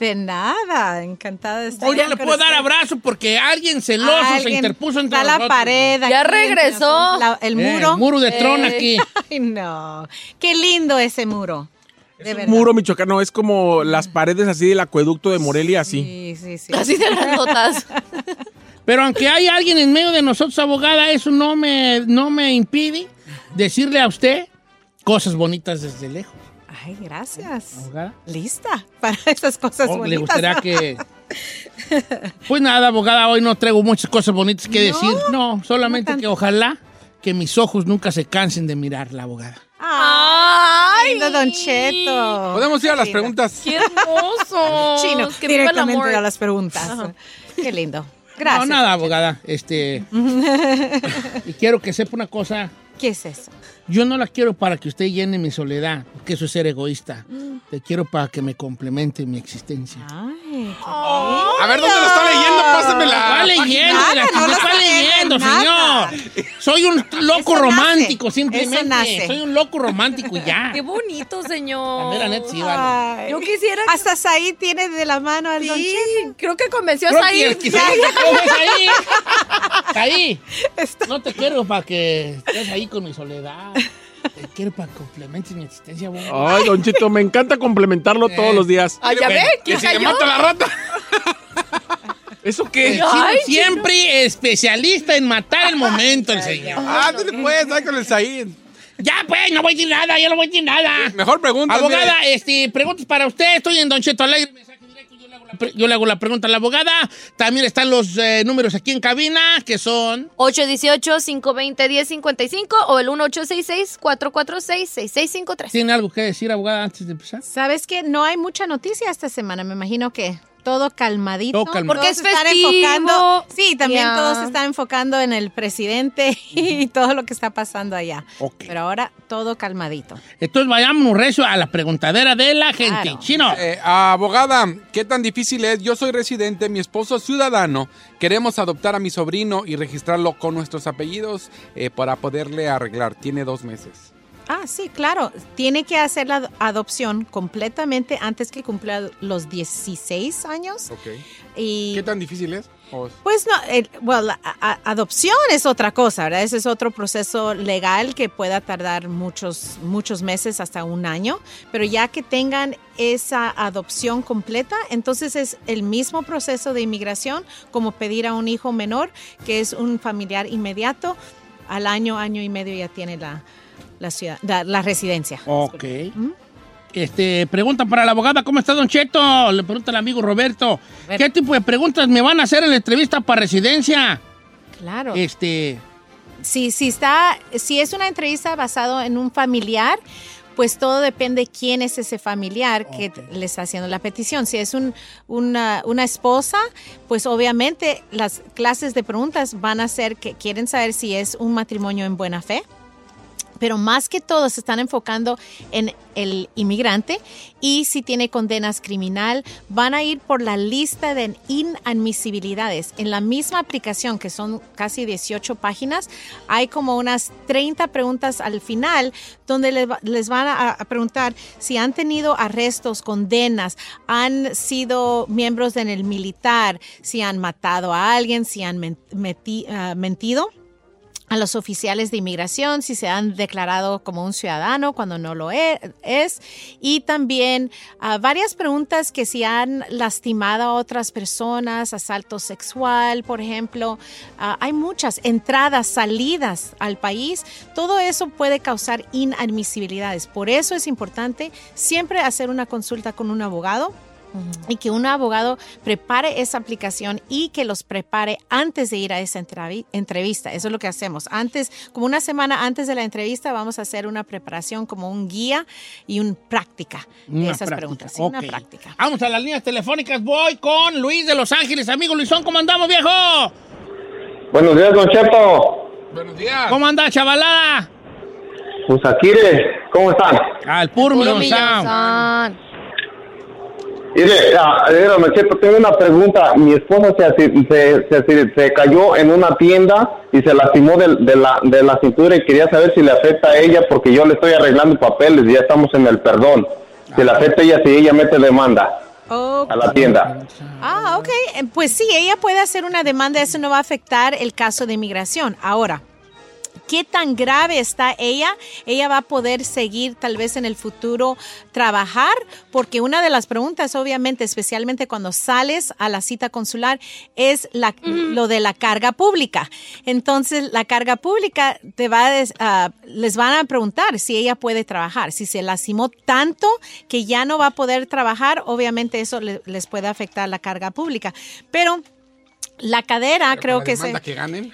De nada, encantada de estar.
Hoy ya
con
le puedo dar
usted.
abrazo porque alguien celoso se
Alguien
interpuso entre
está la
nosotros.
pared.
Ya
aquí entre
regresó.
nosotros, la- el
Eh,
muro.
el muro de tron aquí.
Ay, no. Qué lindo ese muro. De verdad.
Muro michoacano es como las paredes así del acueducto de Morelia, así.
Sí, sí, sí.
Así de grandotas.
Pero aunque hay alguien en medio de nosotros, abogada, eso no me, no me impide decirle a usted cosas bonitas desde lejos.
Ay, gracias.
Abogada.
Lista para esas cosas
Oh,
bonitas.
le gustaría que. Pues nada, abogada, hoy no traigo muchas cosas bonitas que
No,
decir. No, solamente que ojalá que mis ojos nunca se cansen de mirar la abogada.
Ay, lindo Don Cheto.
Podemos ir a las preguntas.
¡Qué hermoso!
Chino,
¡Que viva el amor!
directamente a las preguntas. Qué lindo. Gracias.
No, nada, abogada. Este. y quiero que sepa una cosa.
¿Qué es eso?
Yo no la quiero para que usted llene mi soledad, porque eso es ser egoísta. Te quiero para que me complemente mi existencia.
Ay, qué
A ver dónde lo está leyendo, pásemela.
¿Cuál leyendo?
nada,
la que
Ah, no
me
lo
está
está leyendo
leyendo,
nada.
señor. Soy un loco
Eso
romántico,
nace, eso
simplemente.
nace.
Soy un loco romántico y ya.
¡Qué bonito,
La
señor!
mera neta, sí, vale.
Ay.
Yo quisiera...
Hasta ahí tiene de la mano al Don
Sí,
Cheto.
creo que convenció
Creo
a
que el
Said.
que se dice todo es ahí. Ahí. No te quiero para que estés ahí con mi soledad. Te quiero para que complementes mi existencia. vos.
Ay, Don Chito, me encanta complementarlo todos los días.
Ah, ya ve, ¿quién
que si le
cayó?
mato a la rata. ¿Eso
El
qué?
chino
Ay,
siempre especialista en matar el momento, el señor.
Ah, pues, ahí con el Said.
Ya, pues, no voy a decir nada, ya no voy a decir nada.
Mejor pregunta.
Abogada, este, preguntas para usted. Estoy en Don Cheto Alegre. Mensaje directo, Yo le hago la pre- yo le hago la pregunta a la abogada. También están los eh, números aquí en cabina, que son...
818-520-1055 o el 1866-446-6653.
¿Tiene algo que decir, abogada, antes de empezar?
¿Sabes qué? No hay mucha noticia esta semana. Me imagino que todo calmadito.
Todo calmado.
Todos
Porque es
se están
festivo.
enfocando. Sí, también
Ya.
todos se están enfocando en el presidente y todo lo que está pasando allá.
Ok.
Pero ahora todo calmadito.
Entonces vayamos recio a la preguntadera de la gente.
Claro.
Chino.
Eh, abogada, ¿qué tan difícil es? Yo soy residente, mi esposo es ciudadano. Queremos adoptar a mi sobrino y registrarlo con nuestros apellidos eh, para poderle arreglar. Tiene dos meses.
Ah, sí, claro. Tiene que hacer la ad- adopción completamente antes que cumpla los 16 años.
Ok.
Y
¿Qué tan difícil es? O-
Pues no, el- bueno, la a- a- adopción es otra cosa, ¿verdad? Ese es otro proceso legal que pueda tardar muchos, muchos meses, hasta un año, pero ya que tengan esa adopción completa, entonces es el mismo proceso de inmigración como pedir a un hijo menor, que es un familiar inmediato, al año, año y medio ya tiene la, la, ciudad, la, la residencia.
Ok.
¿Mm?
Este, pregunta para la abogada, ¿cómo está Don Cheto? Le pregunta el amigo Roberto. ¿Qué tipo de preguntas me van a hacer en la entrevista para residencia?
Claro.
Este,
si, si está, si es una entrevista basada en un familiar, pues todo depende quién es ese familiar que
Ok.
le está haciendo la petición. Si es un- una, una esposa, pues obviamente las clases de preguntas van a ser que quieren saber si es un matrimonio en buena fe. Pero más que todo se están enfocando en el inmigrante y si tiene condenas criminal, van a ir por la lista de inadmisibilidades. En la misma aplicación, que son casi 18 páginas, hay como unas 30 preguntas al final donde le va- les van a, a preguntar si han tenido arrestos, condenas, han sido miembros en el militar, si han matado a alguien, si han men- meti- ah, mentido a los oficiales de inmigración si se han declarado como un ciudadano cuando no lo e- es y también ah, varias preguntas que si han lastimado a otras personas, asalto sexual, por ejemplo, Ah, hay muchas entradas, salidas al país, todo eso puede causar inadmisibilidades. Por eso es importante siempre hacer una consulta con un abogado y que un abogado prepare esa aplicación y que los prepare antes de ir a esa entrevi- entrevista. Eso es lo que hacemos. Antes, como una semana antes de la entrevista, vamos a hacer una preparación como un guía y una práctica de
una
esas
práctica.
preguntas. Sí,
Ok.
Una práctica.
Vamos a las líneas telefónicas. Voy con Luis de Los Ángeles. Amigo Luisón, ¿cómo andamos, viejo?
Buenos días, Don Cheto.
Buenos días.
¿Cómo anda, chavalada?
Pues aquí, ¿cómo están?
Al puro,
Puro
millón sound.
millonzán.
Mire, ah, mire, don Cheto, tengo una pregunta. Mi esposa se, asi- se, se asi- se cayó en una tienda y se lastimó de, de la, de la cintura y quería saber si le afecta a ella porque yo le estoy arreglando papeles y ya estamos en el perdón.
Si la acepta ella, si ella mete demanda
Oh,
a la tienda.
Ah, ok. Eh, Pues sí, ella puede hacer una demanda, eso no va a afectar el caso de inmigración. Ahora, ¿qué tan grave está ella? Ella va a poder seguir tal vez en el futuro trabajar, porque una de las preguntas, obviamente, especialmente cuando sales a la cita consular, es la- lo de la carga pública. Entonces, la carga pública te va a des- ah, les van a preguntar si ella puede trabajar, si se lastimó tanto que ya no va a poder trabajar, obviamente eso le- les puede afectar la carga pública. Pero la cadera creo que se...
ganen.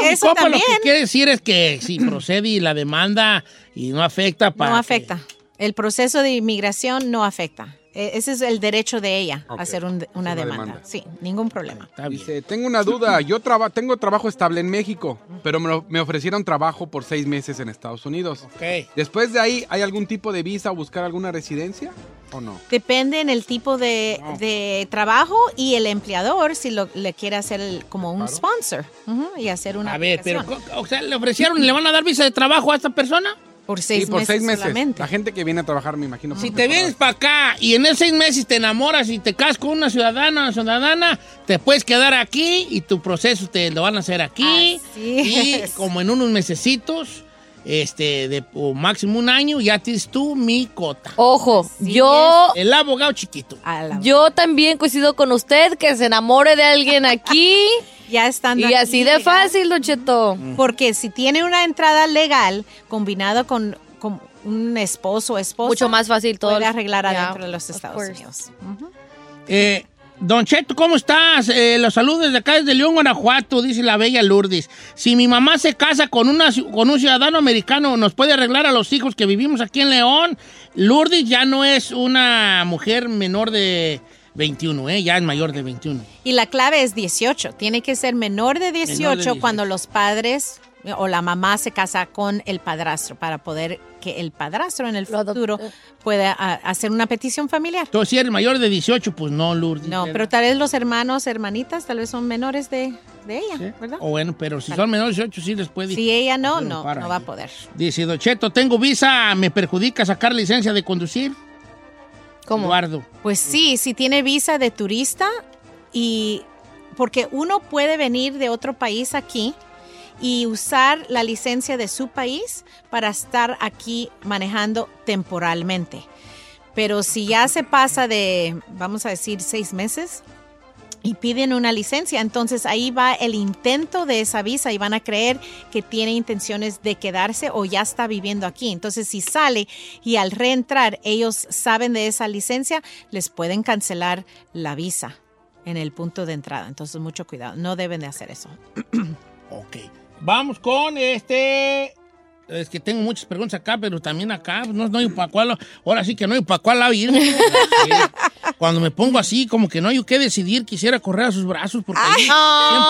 Mi
eso
compa, Lo
también.
que quiere decir es que si procede y la demanda y no afecta para.
No afecta. El proceso de inmigración no afecta. E- Ese es el derecho de ella,
Ok.
hacer un- una
Una
demanda.
demanda.
Sí, ningún problema.
Dice, tengo una duda, yo traba- tengo trabajo estable en México, pero me, lo- me ofrecieron trabajo por seis meses en Estados Unidos. Después de ahí, ¿hay algún tipo de visa o buscar alguna residencia o no?
Depende en el tipo de, de trabajo y el empleador si lo, le quiere hacer el- como un sponsor ujú, y hacer una
A ver, pero,
aplicación.
o sea, le ofrecieron, le van a dar visa de trabajo a esta persona.
Por
Sí, por seis meses. La gente que viene a trabajar, me imagino.
Si
por
te
temporada.
vienes para acá y en esos seis meses te enamoras y te casas con una ciudadana o ciudadana, te puedes quedar aquí y tu proceso te lo van a hacer aquí. y
es.
como en unos mesecitos, este, de, o máximo un año, ya tienes tú mi cota.
Ojo, yo,
El abogado chiquito.
yo también coincido con usted que se enamore de alguien aquí.
ya están.
Y así de fácil, Don Cheto.
Mm.
Porque si tiene una entrada legal combinado con, con un esposo o esposa,
Mucho más fácil todo.
puede arreglar
Yeah,
adentro de los
of
Estados
course.
Unidos. Ujú.
Eh, don Cheto, ¿cómo estás? Eh, los saludos desde acá, desde León, Guanajuato, dice la bella Lourdes. Si mi mamá se casa con, una, ci- con un ciudadano americano, ¿nos puede arreglar a los hijos que vivimos aquí en León? Lourdes ya no es una mujer menor de 21, ¿eh? ya es mayor de 21.
Y la clave es 18. Tiene que ser menor de 18,
Menor de 18.
cuando los padres o la mamá se casa con el padrastro para poder que el padrastro en el futuro pueda ah, hacer una petición familiar.
Entonces, si eres mayor de 18, pues no, Lourdes.
No, pero tal vez los hermanos, hermanitas, tal vez son menores de, de ella, ¿verdad?
O bueno, pero si son menores de 18, sí les puede
Si ella no,
Pero
no,
para
no va a poder.
Dice Don Cheto, tengo visa, ¿me perjudica sacar licencia de conducir? ¿Cómo? Eduardo.
Pues sí, si tiene visa de turista y porque uno puede venir de otro país aquí y usar la licencia de su país para estar aquí manejando temporalmente. Pero si ya se pasa de, vamos a decir, seis meses y piden una licencia, entonces ahí va el intento de esa visa y van a creer que tiene intenciones de quedarse o ya está viviendo aquí. Entonces si sale y al reentrar ellos saben de esa licencia, les pueden cancelar la visa en el punto de entrada. Entonces mucho cuidado, no deben de hacer eso.
Ok. Vamos con este. Es que tengo muchas preguntas acá, pero también acá. pues, No, no hay para cuál. Ahora sí que no hay para cuál lado irme. Sí. Cuando me pongo así, como que no hay que decidir, quisiera correr a sus brazos, porque ahí siempre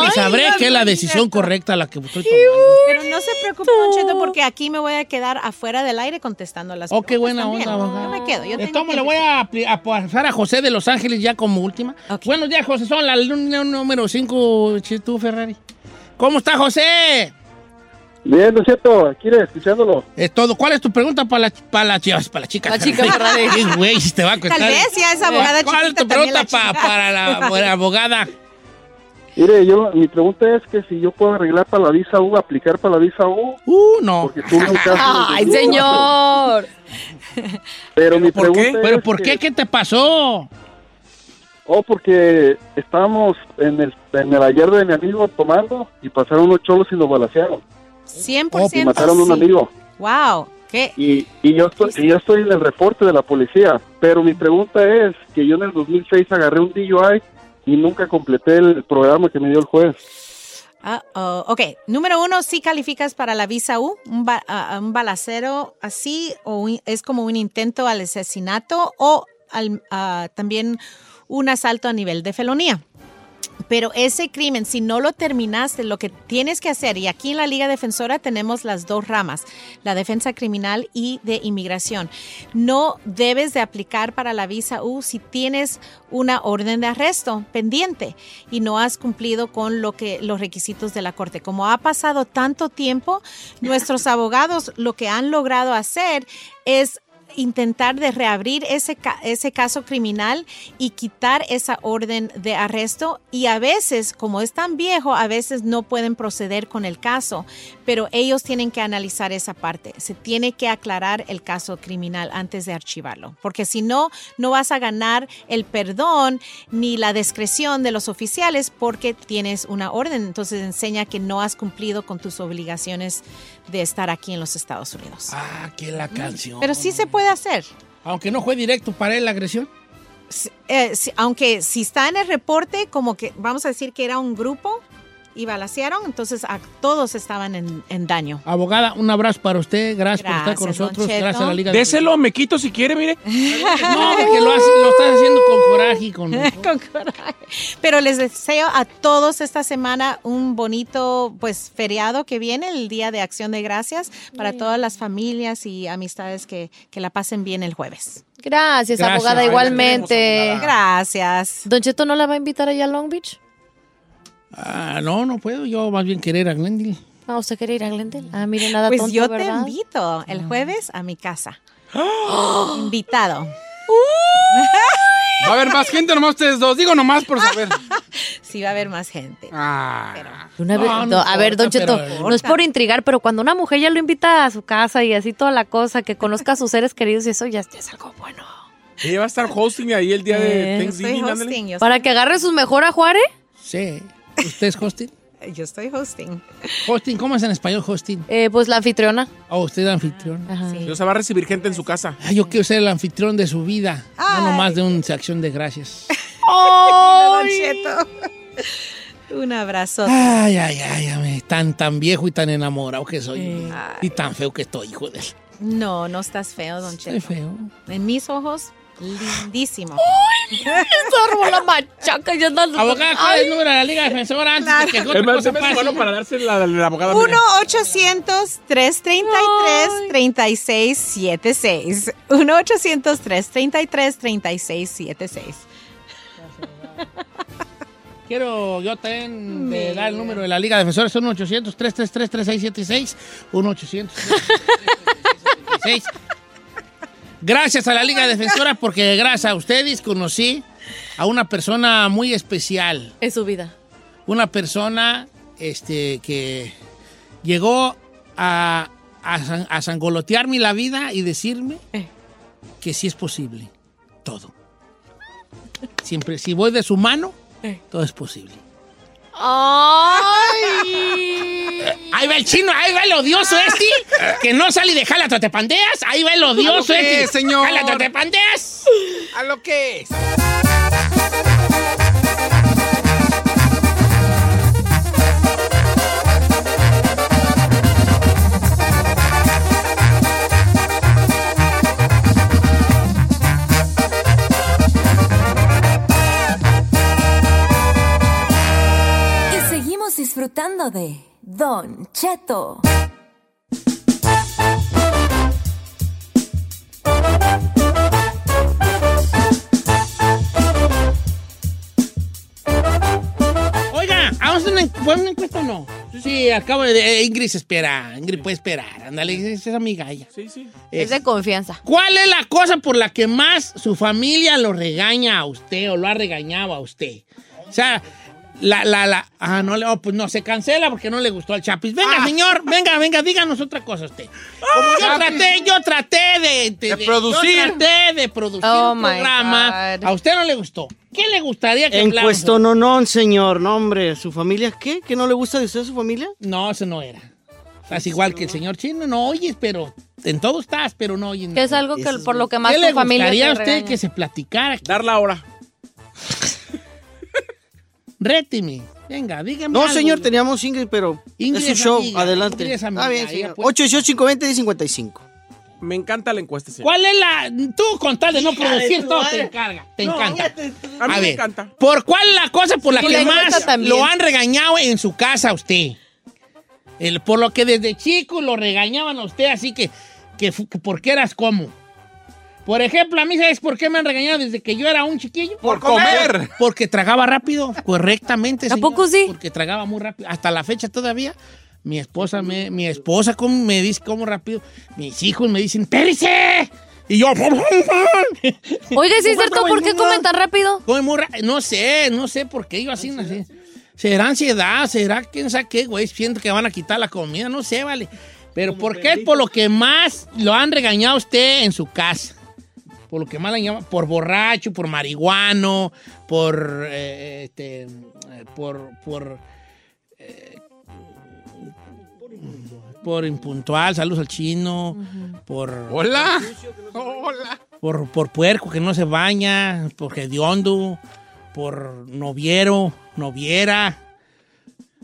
Ay,
sabré
Dios
que es la
mío.
decisión correcta la que estoy tomando.
Pero no se preocupe, Don Cheto, porque aquí me voy a quedar afuera del aire contestando las
Oh, qué buena
preguntas
onda,
también.
abogada.
Yo me quedo, yo
De
tengo
tomo, Eh, le
tiempo.
voy a, apli- a pasar a José de Los Ángeles ya como última. Buenos días, José. Son la luna número 5, Chitú Ferrari. ¿Cómo está, José?
Bien, Don Cheto, aquí escuchándolo.
Es todo. ¿Cuál es tu pregunta para la, para la, chivas- para la chica?
La chica
Ferrari.
Ferrari.
Sí, güey, si te va a costar.
vez ya es abogada
¿Cuál es
chiquita,
tu
también
pregunta
la
pa-
chica.
para la, para la abogada?
Mire, yo, mi pregunta es que si yo puedo arreglar para la visa U, aplicar para la visa U.
Uh, no.
Porque tuve un caso de-
¡Ay, señor!
Pero mi
¿Por qué?
pregunta
¿Pero
es
por
que-
qué? ¿Qué te pasó?
Oh, porque estábamos en el, en el ayer de mi amigo tomando y pasaron unos cholos y nos balacearon.
100%.
y Oh, pues mataron a un
sí.
amigo.
Wow, ¿qué?
Y, y yo estoy, y yo estoy en el reporte de la policía. Pero mi pregunta es que yo en el 2006 agarré un DUI y nunca completé el programa que me dio el juez.
Uh-oh. Ok, número uno, si calificas para la visa U, un, ba- a- a un balacero así, o un- es como un intento al asesinato o al- ah, también un asalto a nivel de felonía. Pero ese crimen, si no lo terminaste, lo que tienes que hacer, y aquí en la Liga Defensora tenemos las dos ramas, la defensa criminal y de inmigración. No debes de aplicar para la visa U si tienes una orden de arresto pendiente y no has cumplido con lo que, los requisitos de la Corte. Como ha pasado tanto tiempo, nuestros abogados lo que han logrado hacer es intentar de reabrir ese, ca- ese caso criminal y quitar esa orden de arresto y a veces, como es tan viejo, a veces no pueden proceder con el caso, pero ellos tienen que analizar esa parte. Se tiene que aclarar el caso criminal antes de archivarlo, porque si no, no vas a ganar el perdón ni la discreción de los oficiales porque tienes una orden. Entonces enseña que no has cumplido con tus obligaciones de estar aquí en los Estados Unidos.
Ah, qué la canción.
Pero sí se puede hacer.
Aunque no fue directo para él la agresión.
S- eh, si- aunque si está en el reporte, como que vamos a decir que era un grupo y balacearon, entonces a todos estaban en, en daño.
Abogada, un abrazo para usted. Gracias, por estar con
Gracias, don
nosotros.
Cheto.
Gracias a la Liga de-
Déselo, me quito si quiere, mire.
No, porque lo, hace- lo estás haciendo con coraje y con.
Con coraje. Pero les deseo a todos esta semana un bonito pues feriado que viene, el Día de Acción de Gracias, para todas las familias y amistades que, que la pasen bien el jueves.
Gracias,
Gracias.
abogada,
Ay, la
igualmente.
queremos, Gracias.
Don Cheto no la va a invitar allá a Long Beach.
Ah, no, no puedo. Yo más bien querer a Glendale.
Ah, ¿usted quiere ir a Glendale? Ah, mire, nada
Pues
tonto,
yo te
¿verdad? Ah.
invito el jueves a mi casa. Invitado.
¡Uh!
Va a haber más gente, nomás ustedes dos. Digo nomás por saber.
Sí va a haber más gente.
Una vez-
Ah,
do-
No, no
a ver, Don
importa,
Cheto,
pero-
no es por intrigar, Ah, pero cuando una mujer ya lo invita a su casa y así toda la cosa, que conozca a sus seres queridos y eso ya, ya es
Pues
algo bueno.
Ella va a estar hosting ahí el día de
Eh,
Thanksgiving.
soy
ándale.
hosting, yo
Para
soy-
que agarre sus mejor a Juárez.
Sí. ¿Usted es hosting?
Yo estoy hosting.
Hosting, ¿cómo es en español hosting?
Eh, pues la anfitriona.
Oh, usted es anfitrión.
Pero se va a recibir gente en su casa.
Ah, yo quiero ser el anfitrión de su vida. No nomás de una acción de gracias.
Un abrazo.
Ay, ay, ay, ay, tan, tan viejo y tan enamorado que soy. Y tan feo que estoy, hijo de él.
No, no estás feo, Don Cheto.
feo.
En mis ojos, lindísimo.
Esa la machaca ya anda.
Abogada, ¿cuál es el número de la Liga Defensora antes de que otra
Es más,
cosa
se me hace
pase?
bueno para darse la, la abogada. mira.
1-800-333-3676. 1-800-333-3676.
Quiero yo también de dar el número de la Liga Defensora. Son 1-800-333-3676. 1-800-333-3676. Gracias a la Liga Defensora porque gracias a ustedes conocí a una persona muy especial.
Es su vida.
una persona este, que llegó a, a, san- a sangolotearme la vida y decirme que sí es posible todo. Siempre, si voy de su mano, todo es posible.
¡Ay!
Ahí va el chino, ahí va el odioso este, que no sale de jala pandeas ahí va el odioso
¿A lo qué,
este.
señor?
Jala pandeas
¿A lo que es?
Y seguimos disfrutando de Don Cheto.
Oiga, ¿vamos a una, fue una encuesta o no? Sí, acabo de... eh, Ingrid se espera, Ingrid puede esperar, ándale, es, es amiga ella.
Sí, sí.
Es de confianza.
¿Cuál es la cosa por la que más su familia lo regaña a usted o lo ha regañado a usted? O sea, la, la, la. Ah, no le. oh, pues no, se cancela porque no le gustó al Chapis.
Ah.
Venga, señor, venga, venga, díganos otra cosa a usted. Como yo
Chapis.
traté, yo traté de.
De producir.
Yo traté de producir
Oh,
un
my
programa.
God.
A usted no le gustó. ¿Qué le gustaría que
En
habláramos?
cuestión, no, no, señor, no, hombre. ¿Su familia qué? ¿Que no le gusta de usted su familia?
No, eso no era. Estás igual que el señor chino, no oyes, pero. En todo estás, pero no oyes.
Que es algo que por lo que más
¿Qué
tu
le
familia te
gustaría a usted
regaña?
que se platicara? aquí?
Dar la hora.
Réteme. Venga, dígame.
No,
algo.
señor, teníamos Ingrid, pero
Ingrid
es su
es
show.
amiga,
Adelante.
Ingrid es amiga,
Está bien,
ella
señor.
puede-
818-520-1055.
Me encanta la encuesta,
Este
señor.
¿Cuál es la. Tú, con tal de no
Hija de
producir
tu
todo,
madre.
te encarga. Te
No,
encanta.
A mí
A
me
ver,
encanta.
¿por cuál es la cosa por la
Sí, la
que
encuesta
más
también.
lo han regañado en su casa a usted? El, por lo que desde chico lo regañaban a usted, así que, que, fu- que porque eras como. Por ejemplo, a mí, ¿sabes por qué me han regañado desde que yo era un chiquillo?
Por comer.
Porque tragaba rápido, correctamente. señor,
poco sí?
Porque tragaba muy rápido. Hasta la fecha todavía, mi esposa me, mi esposa como me dice como rápido. Mis hijos me dicen, ¡Pérese! Y yo...
Oiga,
Pues
sí es cierto, ¿por qué comen tan rápido?
Come muy ra- No sé, no sé por qué yo así nací. ¿Será ansiedad? ¿Será quién sabe qué, güey? Siento que van a quitar la comida, no sé, vale. Pero ¿por qué? Por lo que más lo han regañado a usted en su casa. Por lo que más la llaman, por borracho, por marihuano, por, eh, este, eh, por, por, eh, por impuntual, saludos al chino, por...
Hola.
Por, por puerco que no se baña, por hediondo, por noviero, noviera.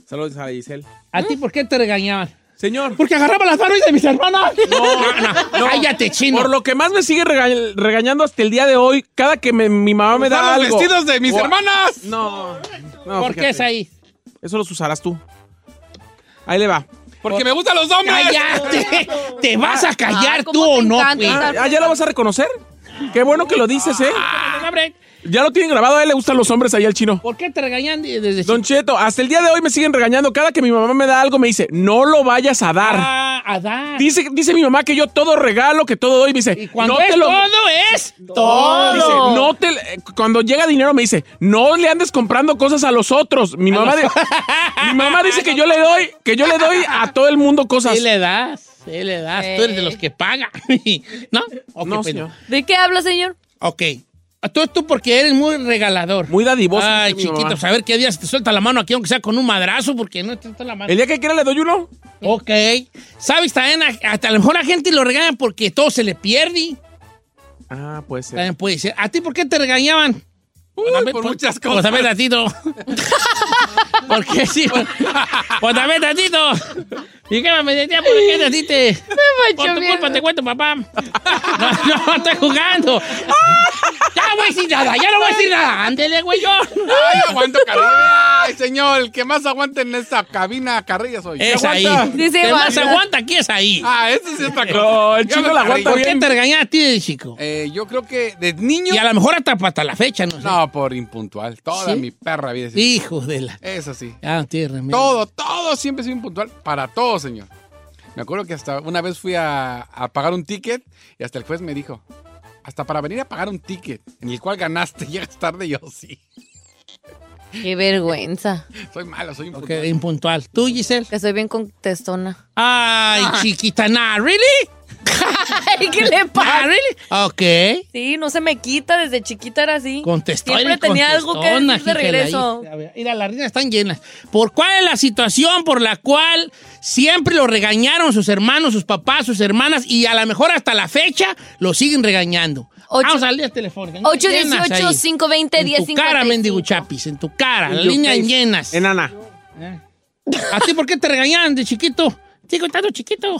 Saludos a Giselle. ¿Mm?
¿A ti por qué te regañaban?
Señor.
Porque agarraba las manos de mis hermanas.
No,
Cállate, chino.
Por lo que más me sigue rega- regañando hasta el día de hoy, cada que me- mi mamá me da
Usan los
algo.
vestidos de mis
o-
hermanas.
No. no,
¿Por qué
fíjate.
es ahí?
Eso los usarás tú. Ahí le va.
Porque me gustan los hombres.
¡Cállate! ¿Te vas a callar tú o no, pues? güey?
Ah, ah, ¿Ya la vas a reconocer? Qué bueno que lo dices, ¿eh?
Abre,
Ya lo tienen grabado, a él le gustan los hombres ahí al chino.
Ah. ¿Por qué te regañan de- desde
Don Cheto, hasta el día de hoy me siguen regañando. Cada que mi mamá me da algo, me dice, no lo vayas a dar.
Ah, a dar?
Dice, dice mi mamá que yo todo regalo, que todo doy. Me dice,
Cuando
no
es
te lo.
todo, es
Dice,
todo.
no te, eh, cuando llega dinero me dice, no le andes comprando cosas a los otros. Mi mamá, de- mi mamá dice que yo le doy, que yo le doy a todo el mundo cosas.
Sí le das, sí le das. Tú eres de los que paga. ¿No? Ok,
Eh. No,
pues,
señor.
¿De qué habla, señor?
Ok. Ah, Tú, tú porque eres muy regalador.
Muy dadivoso.
Ay,
dice mi mamá.
chiquito, saber qué día se te suelta la mano aquí, aunque sea con un madrazo, porque no te suelta la mano.
El día que quiera le doy uno.
Ok. ¿Sabes? También a- hasta a lo mejor a gente lo regañan porque todo se le pierde.
Ah, puede ser.
También puede ser. ¿A ti por qué te regañaban?
Uy, por muchas
Pues
cosas.
dame tantito. ¿Por qué sí? Pues dame tantito. ¿Y qué me decía? ¿Por qué tantite? Por tu culpa te cuento, papá. No, no, estoy jugando. Ya voy sin nada, ya no voy sin nada. Ándele, güey, yo.
Ay, aguanto carrilla. Ay, señor, el que más aguanta en esta cabina carrilla soy yo.
Es ahí.
Aguanta.
Dice,
Te más
basta.
aguanta aquí es ahí.
Ah, ese sí está
No, el chico la aguanta
¿Por qué
bien.
te regañan a ti de chico?
Eh, yo creo que de niño.
Y a lo mejor hasta, hasta la fecha, no sé.
No, por impuntual. Toda
¿Sí?
mi perra vida. Sí.
Hijo de la.
Eso sí.
Ah, no tiene remedio.
Todo, todo siempre soy impuntual. Para todo, señor. Me acuerdo que hasta una vez fui a, a pagar un ticket y hasta el juez me dijo: Hasta para venir a pagar un ticket en el cual ganaste, llegas tarde. Yo sí.
Qué vergüenza.
Soy malo, soy
Ok,
impuntual.
impuntual. ¿Tú, Giselle? Ah.
Que soy bien contestona.
Ay, chiquita, nah, ¿really?
Ay, ¿qué le
Ah,
pasa?
¿really? Ok.
Sí, no se me quita, desde chiquita era así.
Contestó
Siempre
y
tenía algo que
contestona,
decir de
Gisela,
regreso.
ahí. A ver, Mira, las reinas están llenas. ¿Por cuál es la situación por la cual siempre lo regañaron sus hermanos, sus papás, sus hermanas y a lo mejor hasta la fecha lo siguen regañando?
Ocho-
Vamos al día telefónica. ¿no? Llenas ahí.
818-520-1055.
En tu cara, mendigo chapis, en tu cara,
En
las
your
líneas
face.
llenas.
Enana.
¿A ti por qué te regañaban de chiquito? Sigo estando chiquito.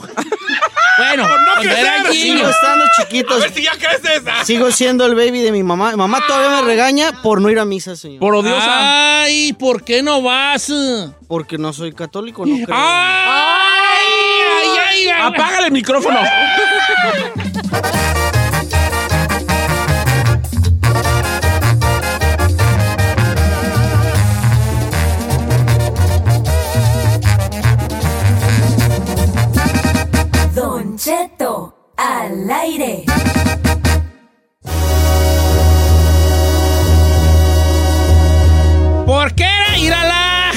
bueno, cuando
crecer.
eran
Sigo
niños.
estando chiquitos.
Si ya creces. ah.
Sigo siendo el baby de mi mamá. Mamá todavía me regaña por no ir a misa, señor.
Por odiosa.
Ay, ¿por qué no vas?
Porque no soy católico, no creo.
Ay, ay, ay, ay.
Apágale el micrófono.
Don Cheto al aire.
¿Por qué era ir a la?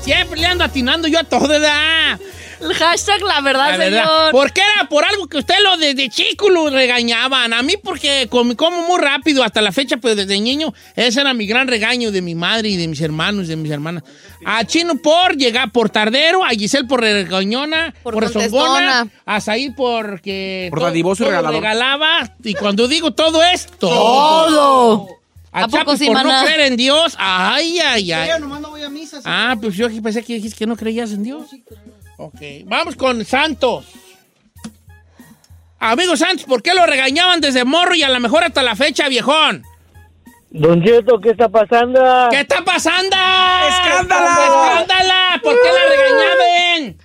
Siempre le ando atinando yo a todo, edad.
El hashtag la verdad,
La verdad.
señor.
¿Por qué era por algo que usted lo desde chico lo regañaban? A mí porque com- como muy rápido hasta la fecha, pues desde niño, ese era mi gran regaño de mi madre y de mis hermanos y de mis hermanas. A Chino por llegar por tardero, a Giselle por regañona, por,
Por
rezongona,
contestona.
a Said porque
Por
todo-
dadivoso y
todo
regalador.
regalaba. Y cuando digo todo es todo.
Todo.
A,
¿A poco
Chapis
sí,
por no
maná?
creer en Dios. Ay, ay, ay.
Yo nomás no voy a misa, señor.
Ah, pues yo aquí pensé que dijiste que no creías en Dios. Ok, vamos con Santos. Amigo Santos, ¿por qué lo regañaban desde morro y a lo mejor hasta la fecha, viejón?
Don Cheto, ¿qué está pasando?
¿Qué está pasando?
¡Escándala!
¡Escándala! ¿Por qué la regañaban?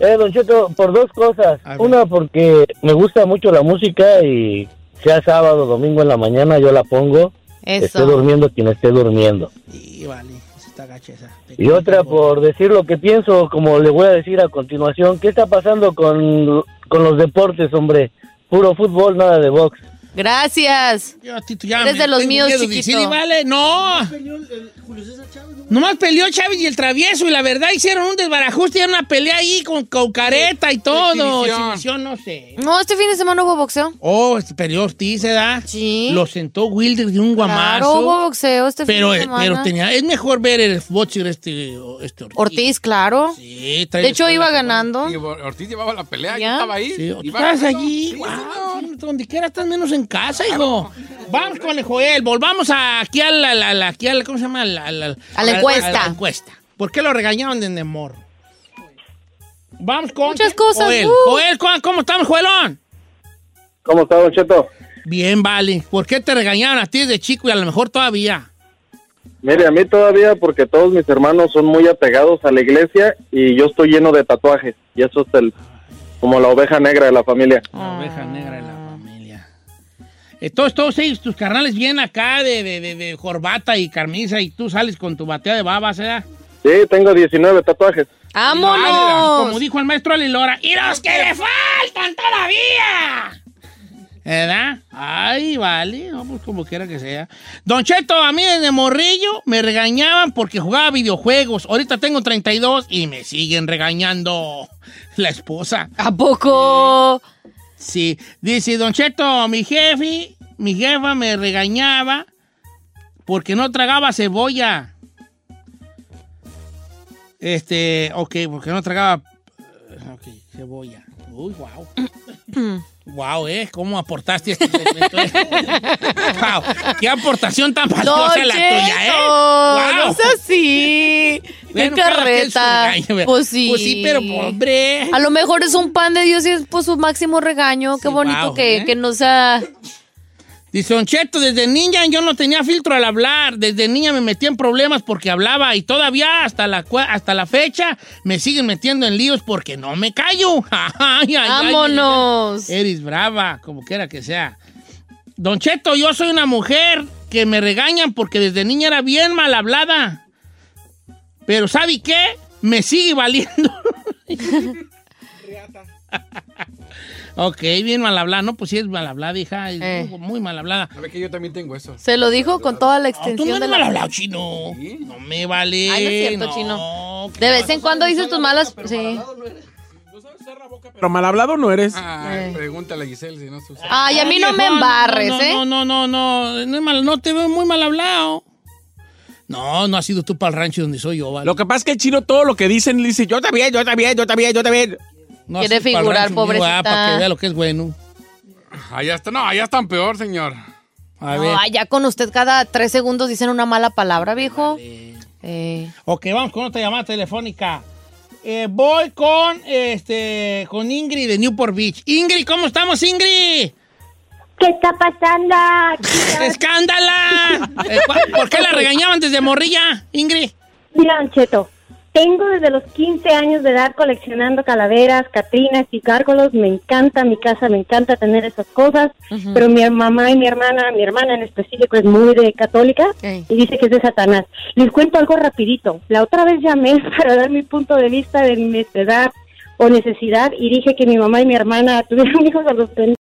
Eh, don Cheto, por dos cosas.
A ver.
Una, porque me gusta mucho la música y sea sábado, domingo en la mañana, yo la pongo. Esté
Eso.
durmiendo quien esté durmiendo.
Y vale, eso está gacha esa.
Y otra, por decir lo que pienso, como le voy a decir a continuación, ¿qué está pasando con
con los deportes, hombre. Puro fútbol, nada de box.
Gracias. Eres de los míos, chiquito.
Sí, vale, no. Nomás peleó Chávez y el travieso y la verdad hicieron un desbarajuste y una pelea ahí con, con careta y todo.
Exhibición.
Exhibición, no sé.
No, este fin de semana hubo boxeo.
Oh, este peleó Ortiz, ¿verdad?
Sí.
Lo sentó Wilder de
Claro,
un guamazo.
hubo boxeo este
pero,
fin de
eh,
semana.
pero tenía, es mejor ver el boxer este, este Ortiz.
Ortiz, claro.
Sí, trae
De hecho,
la
iba
escuela.
ganando.
Ortiz llevaba la pelea,
Ya.
yo estaba ahí.
Sí, tú
Iba
estás
ganando.
allí. guau, donde quiera estás menos en casa, hijo. Vamos con el Joel. Volvamos a- aquí a la, la- la- aquí a la- ¿cómo se llama? La- la-
A la encuesta.
a la encuesta. ¿Por qué lo regañaron desde morro? Vamos con
Muchas
¿quién?
cosas,
Joel.
uh.
Joel, ¿cómo, cómo estamos, Joelón?
¿Cómo está, Don Cheto?
Bien, vale. ¿Por qué te regañaron a ti desde chico y a lo mejor todavía?
Mire, a mí todavía, porque todos mis hermanos son muy apegados a la iglesia y yo estoy lleno de tatuajes. Y eso es el, como la oveja negra de la familia.
La oveja negra de la familia. Eh, todos, todos ellos, tus carnales bien acá de, de, de- de corbata y camisa y tú sales con tu batea de babas, ¿eh? ¿verdad?
Sí, tengo 19 tatuajes.
¡Vámonos! Como dijo el maestro Alilora, ¡y los que le faltan todavía! ¿Verdad? Ay, vale, no, pues como quiera que sea. Don Cheto, a mí desde morrillo me regañaban porque jugaba videojuegos. Ahorita tengo 32 y me siguen regañando la esposa.
¿A poco?
Sí, dice Don Cheto, mi jefe, mi jefa me regañaba porque no tragaba cebolla. Este, ok, porque no tragaba Ah, ok, cebolla. Uy, wow. Wow, ¿eh? ¿Cómo aportaste este segmento? wow, qué aportación tan valiosa
Don
la
Cheto,
tuya, ¿eh?
No
Wow.
es así.
Bueno,
¡Qué
cada quien su
carreta!
regaño, ¿verdad?
Pues sí.
Pues sí, pero, hombre.
A lo mejor es un pan de Dios y es pues, su máximo regaño. Qué bonito
wow,
que,
¿eh?
que no sea...
Dice Don Cheto, desde niña yo no tenía filtro al hablar. Desde niña me metí en problemas porque hablaba y todavía hasta la, cua- hasta la fecha me siguen metiendo en líos porque no me callo. Ay, ay, ay,
¡Vámonos!
Eres brava, como quiera que sea. Don Cheto, yo soy una mujer que me regañan porque desde niña era bien mal hablada. Pero ¿sabe qué? Me sigue valiendo. ok, bien mal hablada. No, pues sí es mal hablada, hija. Es
Eh.
muy, muy mal hablada.
Sabe que yo también tengo eso.
Se lo dijo con toda la
No, tú no
extensión de
eres mal
la...
hablado, chino. No me vale.
Ay, no es cierto,
no.
chino. De vez en cuando dices tus malas... Sí.
Pero mal hablado no eres.
Ah.
Ay, pregúntale a Giselle si no se usa.
Ay, a mí no me
viejón,
embarres,
no,
¿eh?
No, no, no, no. No, es mal- no te veo muy mal hablado. No, no has ido tú para el rancho donde soy yo, ¿vale?
Lo que pasa es que el chino todo lo que dicen le dice, yo también, yo también, yo también, yo también.
No
Quiere
has ido pa'l
figurar,
rancho mío, ah,
pobrecita.
para que vea lo que es bueno.
Allá está, no, allá están peor, señor.
A
No,
ver.
ay, ya con usted cada tres segundos dicen una mala palabra, viejo. Eh,
Ok, vamos con otra llamada telefónica. Eh, voy con este con Ingrid de Newport Beach. Ingrid, ¿cómo estamos, Ingrid?
¿Qué está pasando?
¡Escándala! Eh, ¿cu- ¿Por qué la regañaban desde morrilla, Ingrid?
Mira, Don Cheto, tengo desde los 15 años de edad coleccionando calaveras, catrinas y gárgolos. Me encanta mi casa, me encanta tener esas cosas. Pero mi mamá y mi hermana, mi hermana en específico es muy de católica y dice que es de Satanás. Les cuento algo rapidito. La otra vez llamé para dar mi punto de vista de mi edad o necesidad y dije que mi mamá y mi hermana tuvieron hijos a los 30.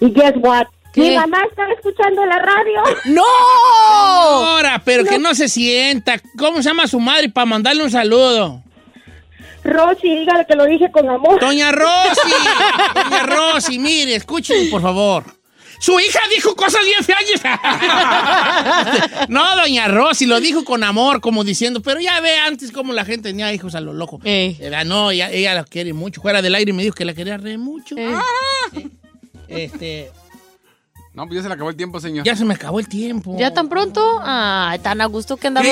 Y guess what? Mi mamá estaba escuchando la radio.
¡No!
Ahora, pero que no se sienta. ¿Cómo se llama su madre para mandarle un saludo?
Rosy, dígale que lo dije con amor.
Doña Rosy, doña Rosy, mire, escúcheme, por favor. Su hija dijo cosas bien feas. no, doña Rosy, lo dijo con amor, como diciendo, pero ya ve antes cómo la gente tenía hijos a lo loco. Era, no, ella, ella la quiere mucho. Fuera del aire me dijo que la quería re mucho.
Eh.
Este,
No, pues ya se le acabó el tiempo, señor.
ya se me acabó el tiempo.
¿Ya tan pronto? Ay, tan a gusto que andamos.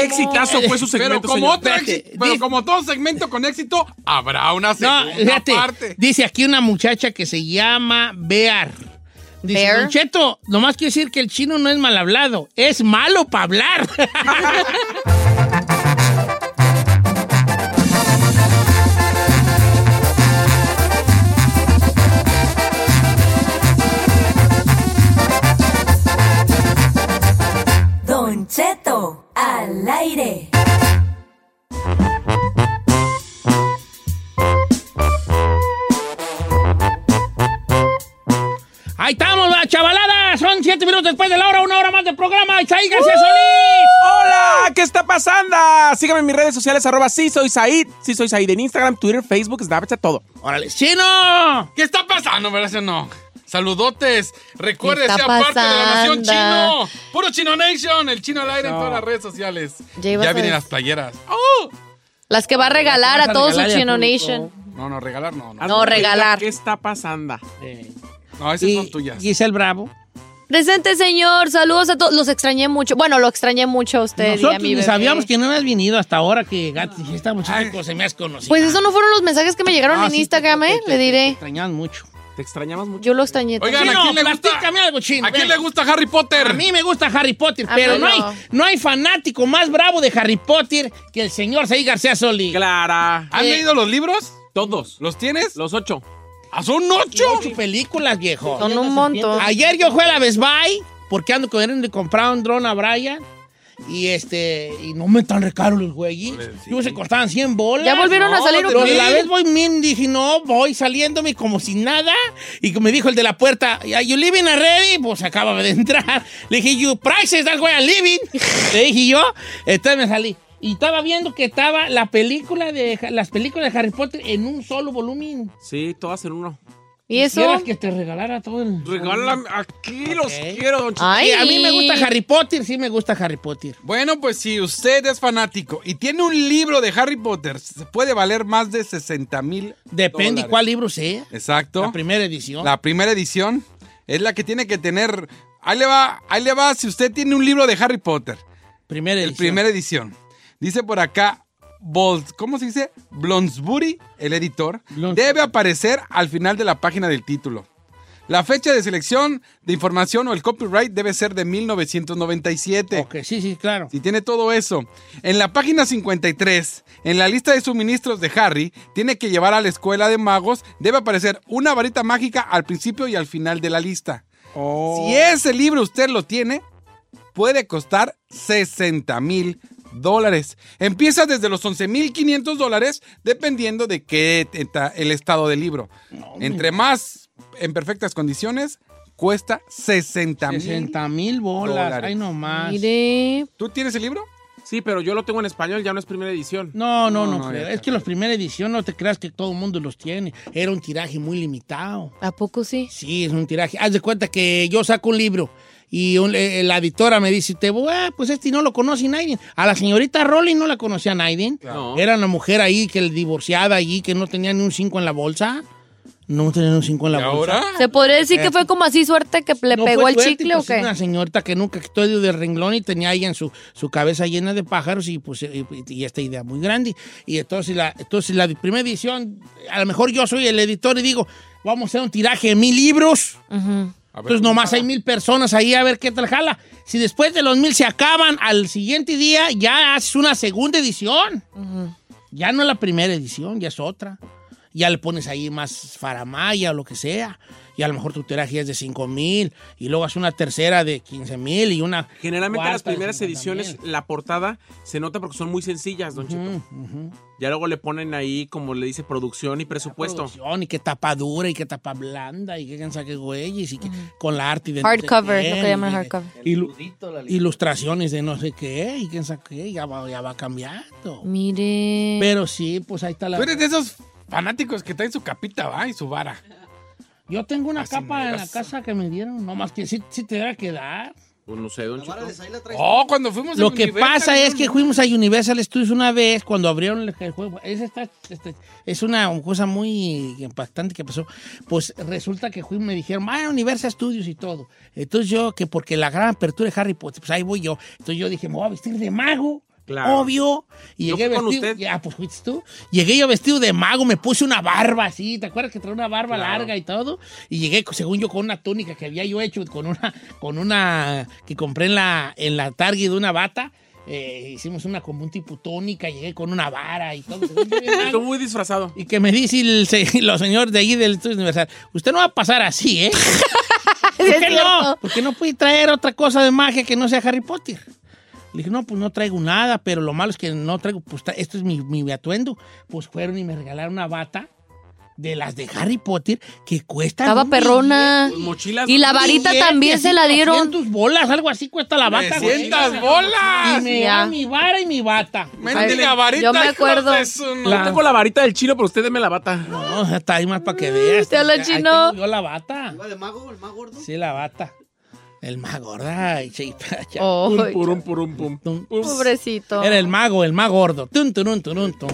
Pero como, otro
Espérate,
éxito- pero como todo segmento con éxito, habrá una segunda
No, fíjate,
parte.
dice aquí una muchacha que se llama Bear. Dice,
Bear.
"Don Cheto, nomás quiero decir que el chino no es mal hablado, es malo para hablar.
Don Cheto al aire.
Hola, chavalada. Son siete minutos después de la hora, una hora más de programa. Isaí García
¡Uh!
Solís.
¡Oh! ¡Hola! ¿Qué está pasando? Síganme en mis redes sociales, arroba sí soy Said. Sí soy Said en Instagram, Twitter, Facebook, Snapchat, todo.
¡Órale! ¡Chino!
¿Qué está pasando? ¿Verdad? Ese No. Saludotes. Recuerde,
¿Qué
sea
está
parte de la nación
pasando?
chino. Puro Chino Nation. El chino al aire en todas las redes sociales.
Ya
Ya,
ibas a
vienen
decir-
las playeras.
¡oh!
Las que va a regalar
Vas
a todo su
regalar ya
Chino
tú,
Nation.
No, no, regalar no. No,
No, regalar. Eh,
¿Qué está pasando?
no esas son tuyas.
Giselle Bravo.
Presente, señor. Saludos a todos. Los extrañé mucho. Bueno, lo extrañé mucho a usted y a
Nosotros
mi
ni
bebé.
sabíamos que no habías venido hasta ahora que gato, esta muchacha se me has conocido.
Pues eso no fueron los mensajes que me llegaron
Ah,
en
sí,
Instagram, ¿eh? Le diré.
extrañaban mucho.
Te extrañamos mucho.
Yo lo extrañé.
Oigan,
también.
¿a quién le gusta?
Platícame algo, chino.
¿A
ven.
quién le gusta Harry Potter?
A mí me gusta Harry Potter,
A
pero
mí
no hay,
no.
no hay fanático más bravo de Harry Potter que el señor Saí García Solís.
Clara.
¿Han
Eh.
leído los libros?
Todos.
¿Los tienes?
Los ocho.
Ah, son ocho.
Ocho películas, viejo.
Son un montón.
Ayer yo fui a la Best Buy porque ando queriendo de comprar un dron a Brian. Y este, y no me tan recaro los güeyes.
Pues.
Yo se costaban 100 bolas.
Ya volvieron a
No,
salir
Pero
otros.
la vez voy bien, dije, no, voy saliéndome como si nada. Y que me dijo el de la puerta, "Are you living already? Pues acaba de entrar. Le dije, you prices that way I'm living. Le dije yo, entonces me salí. Y estaba viendo que estaba la película de, las películas de Harry Potter en un solo volumen.
Sí, todas en uno.
¿Y eso?
Quisieras que te regalara todo el...
Regálame. Aquí los
Ok.
quiero, don Ch-
Ay.
Sí, a mí me gusta Harry Potter, sí me gusta Harry Potter.
Bueno, pues si usted es fanático y tiene un libro de Harry Potter, se puede valer más de 60 mil.
Depende
dólares.
cuál libro sea.
Exacto.
La primera edición.
La primera edición es la que tiene que tener. Ahí le va, ahí le va. Si usted tiene un libro de Harry Potter,
primera
el
edición.
primera edición. Dice por acá, Bols- ¿cómo se dice? Blonsbury, el editor,
Blonsbury.
debe aparecer al final de la página del título. La fecha de selección de información o el copyright debe ser de 1997.
Ok, sí, sí, claro.
Si tiene todo eso. En la página 53, en la lista de suministros de Harry, tiene que llevar a la escuela de magos, debe aparecer una varita mágica al principio y al final de la lista.
Oh.
Si ese libro usted lo tiene, puede costar 60 mil dólares. Empieza desde los 11 mil 500 dólares, dependiendo de qué está el estado del libro. Entre más en perfectas condiciones, cuesta 60 mil.
60 mil bolas.
dólares.
Ay, no más.
Mire.
¿Tú tienes el libro?
Sí, pero yo lo tengo en español, ya no es primera edición.
No, no, no.
No, no,
creo.
ya
es que los primera edición no te creas que todo el mundo los tiene. Era un tiraje muy limitado.
¿A poco sí?
Sí, es un tiraje. Haz de cuenta que yo saco un libro y un- eh, la editora me dice, te voy, ah, pues este no lo conoce nadie. A la señorita Rowling no la conocía nadie.
Claro.
Era una mujer ahí que el divorciada allí que no tenía ni un 5 en la bolsa. No tenía ni un 5 en la
¿Y
bolsa.
ahora?
¿Se podría decir que fue como así suerte que le
Eh, No
pegó
fue
el
suerte,
chicle o
pues, es
qué?
Una señorita que nunca estudió de renglón y tenía ahí en su, su cabeza llena de pájaros y pues y, y esta idea muy grande. Y entonces la, entonces la primera edición, a lo mejor yo soy el editor y digo, vamos a hacer un tiraje de mil libros.
Ujú.
A ver,
Entonces nomás hay mil personas ahí a ver qué tal jala. Si después de los mil se acaban, al siguiente día ya haces una segunda edición. Ya no es la primera edición, ya es otra. Ya le pones ahí más faramaya o lo que sea. Y a lo mejor tu tiraje es de 5 mil. Y luego haces una tercera de 15 mil y una.
Generalmente las
cuarta de
primeras
50,000.
ediciones, la portada se nota porque son muy sencillas, don Cheto. Ya luego le ponen ahí, como le dice, producción y presupuesto.
Producción, y que tapa dura y que tapa blanda y que quién sabe qué güeyes y que con la arte de no sé
Hardcover,
quién,
lo que llaman
y de-
hardcover.
ilu- ilustraciones de no sé qué y quién sabe qué, ya va, ya va cambiando.
Mire.
Pero sí, pues ahí está la.
Tú eres de esos fanáticos que traen su capita, va, y su vara.
Yo tengo una
Así
capa en la
negas.
casa que me dieron, no más que sí, sí te debe quedar.
Pues no sé, don Cheto.
Oh, cuando fuimos a
Lo que
Universal,
pasa es
¿no?
que fuimos a Universal Studios una vez cuando abrieron el el juego. Es, esta- esta- es una cosa muy impactante que pasó. Pues resulta que fui- me dijeron, ah, Universal Studios y todo. Entonces yo, que porque la gran apertura de Harry Potter, pues ahí voy yo. Entonces yo dije, me voy a vestir de mago.
Claro.
Obvio. Y
Yo
llegué
fui con
vestido.
usted.
Ya, pues fuiste tú. Llegué yo vestido de mago, me puse una barba así. ¿Te acuerdas que traía una barba
Claro.
larga y todo? Y llegué, según yo, con una túnica que había yo hecho, con una, con una que compré en la, en la Target de una bata. Eh, hicimos una como un tipo tónica, llegué con una vara y todo. según yo, bien
Estoy
mago.
muy disfrazado.
Y que me dice el, se- los señores de allí del Estudio Universal, usted no va a pasar así, ¿eh? ¿Por qué no? Porque no puede traer otra cosa de magia que no sea Harry Potter. Le dije, no, pues no traigo nada, pero lo malo es que no traigo, pues tra- esto es mi, mi atuendo. Pues fueron y me regalaron una bata de las de Harry Potter que cuestan.
Estaba
un
perrona.
billete, mochilas,
Y la
un
varita
billete,
también se la
así,
dieron.
200 bolas, algo así cuesta la bata. güey.
300 bolas.
Y me da mi vara y mi bata.
Mendiga Ay, varita, yo me hijos acuerdo. de su- no tengo
la varita del chino, pero usted deme la bata. No, está ahí más para
Mm,
que veas.
te habla
Ahí
chino.
tengo Yo la bata.
¿Iba de mago, el más gordo?
Sí, la bata. El mago, gorda. Ay, sí, pacha.
Ay.
Pum, purum, purum, pum, pum, pum.
Pobrecito.
Era el mago, el más gordo. Tun, turun, turun, tum.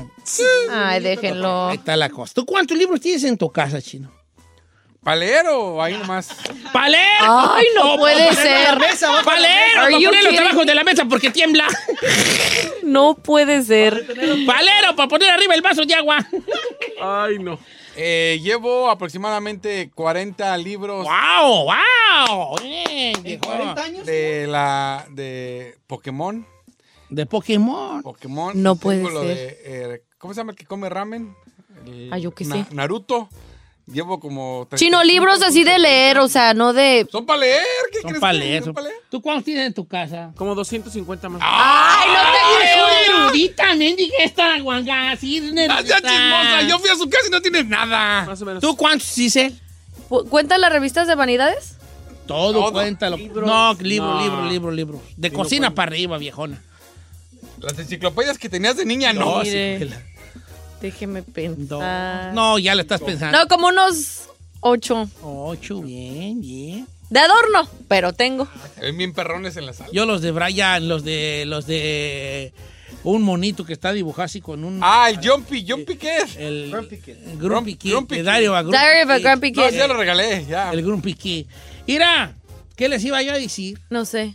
Ay, déjenlo.
Ahí está la cosa. ¿Tú cuántos libros tienes en tu casa, chino?
Palero, ahí nomás.
¡Palero!
Ay,
Oh,
no puede ser.
¡Palero!
Are
Para
you
ponerlo
kidding
debajo
me?
de la mesa porque tiembla.
No puede ser.
¡Palero! Para poner arriba el vaso de agua.
Ay, no. Eh, llevo aproximadamente 40 libros
¡Wow! ¡Wow! ¿De
años?
de la de Pokémon.
De Pokémon.
Pokémon.
No
Tengo
puede
lo
ser.
de, eh, ¿Cómo se llama el que come ramen? El
Ah, yo qué
Na-
sé.
Naruto. Llevo como. 35.
Chino, libros así de leer, o sea, no de.
Son para leer. ¿Qué
Son
crees
para
que
leer.
son
son-
pa' leer?
¿Tú cuántos tienes en tu casa?
Como 250 más.
¡Ay,
¡Ay,
no
una
te creo!
erudita, mendiga esta, guanga! Así,
Ah, ya chismosa. Yo fui a su casa y no tienes nada.
Más o menos.
¿Tú cuántos hice?
Pu- ¿Cuentan las revistas de vanidades?
Todo,
Todo.
cuéntalo. No, libro,
No.
libro, libro, libro. De
Sí, no
cocina
cuento.
para arriba, viejona.
Las enciclopedias que tenías de niña, no.
sí,
mire.
que la-
Déjeme
dos.
pensar. No,
No, ya le estás pensando.
como unos ocho.
Ocho, bien, bien.
De adorno, pero tengo.
Se ven bien perrones en la sala.
Yo los de Brian, los de. los de. un monito que está dibujado así con un.
Ah, el Jumpy. ¿Jumpy qué es?
el
Grumpy Kid.
Grumpy Kid.
Grumpy
de
Kid.
Dario a Grumpy
Diary of a
Kid.
Grumpy
No,
Kid.
ya lo regalé, ya.
El Grumpy Kid. Mira, ¿qué les iba yo a decir?
No sé.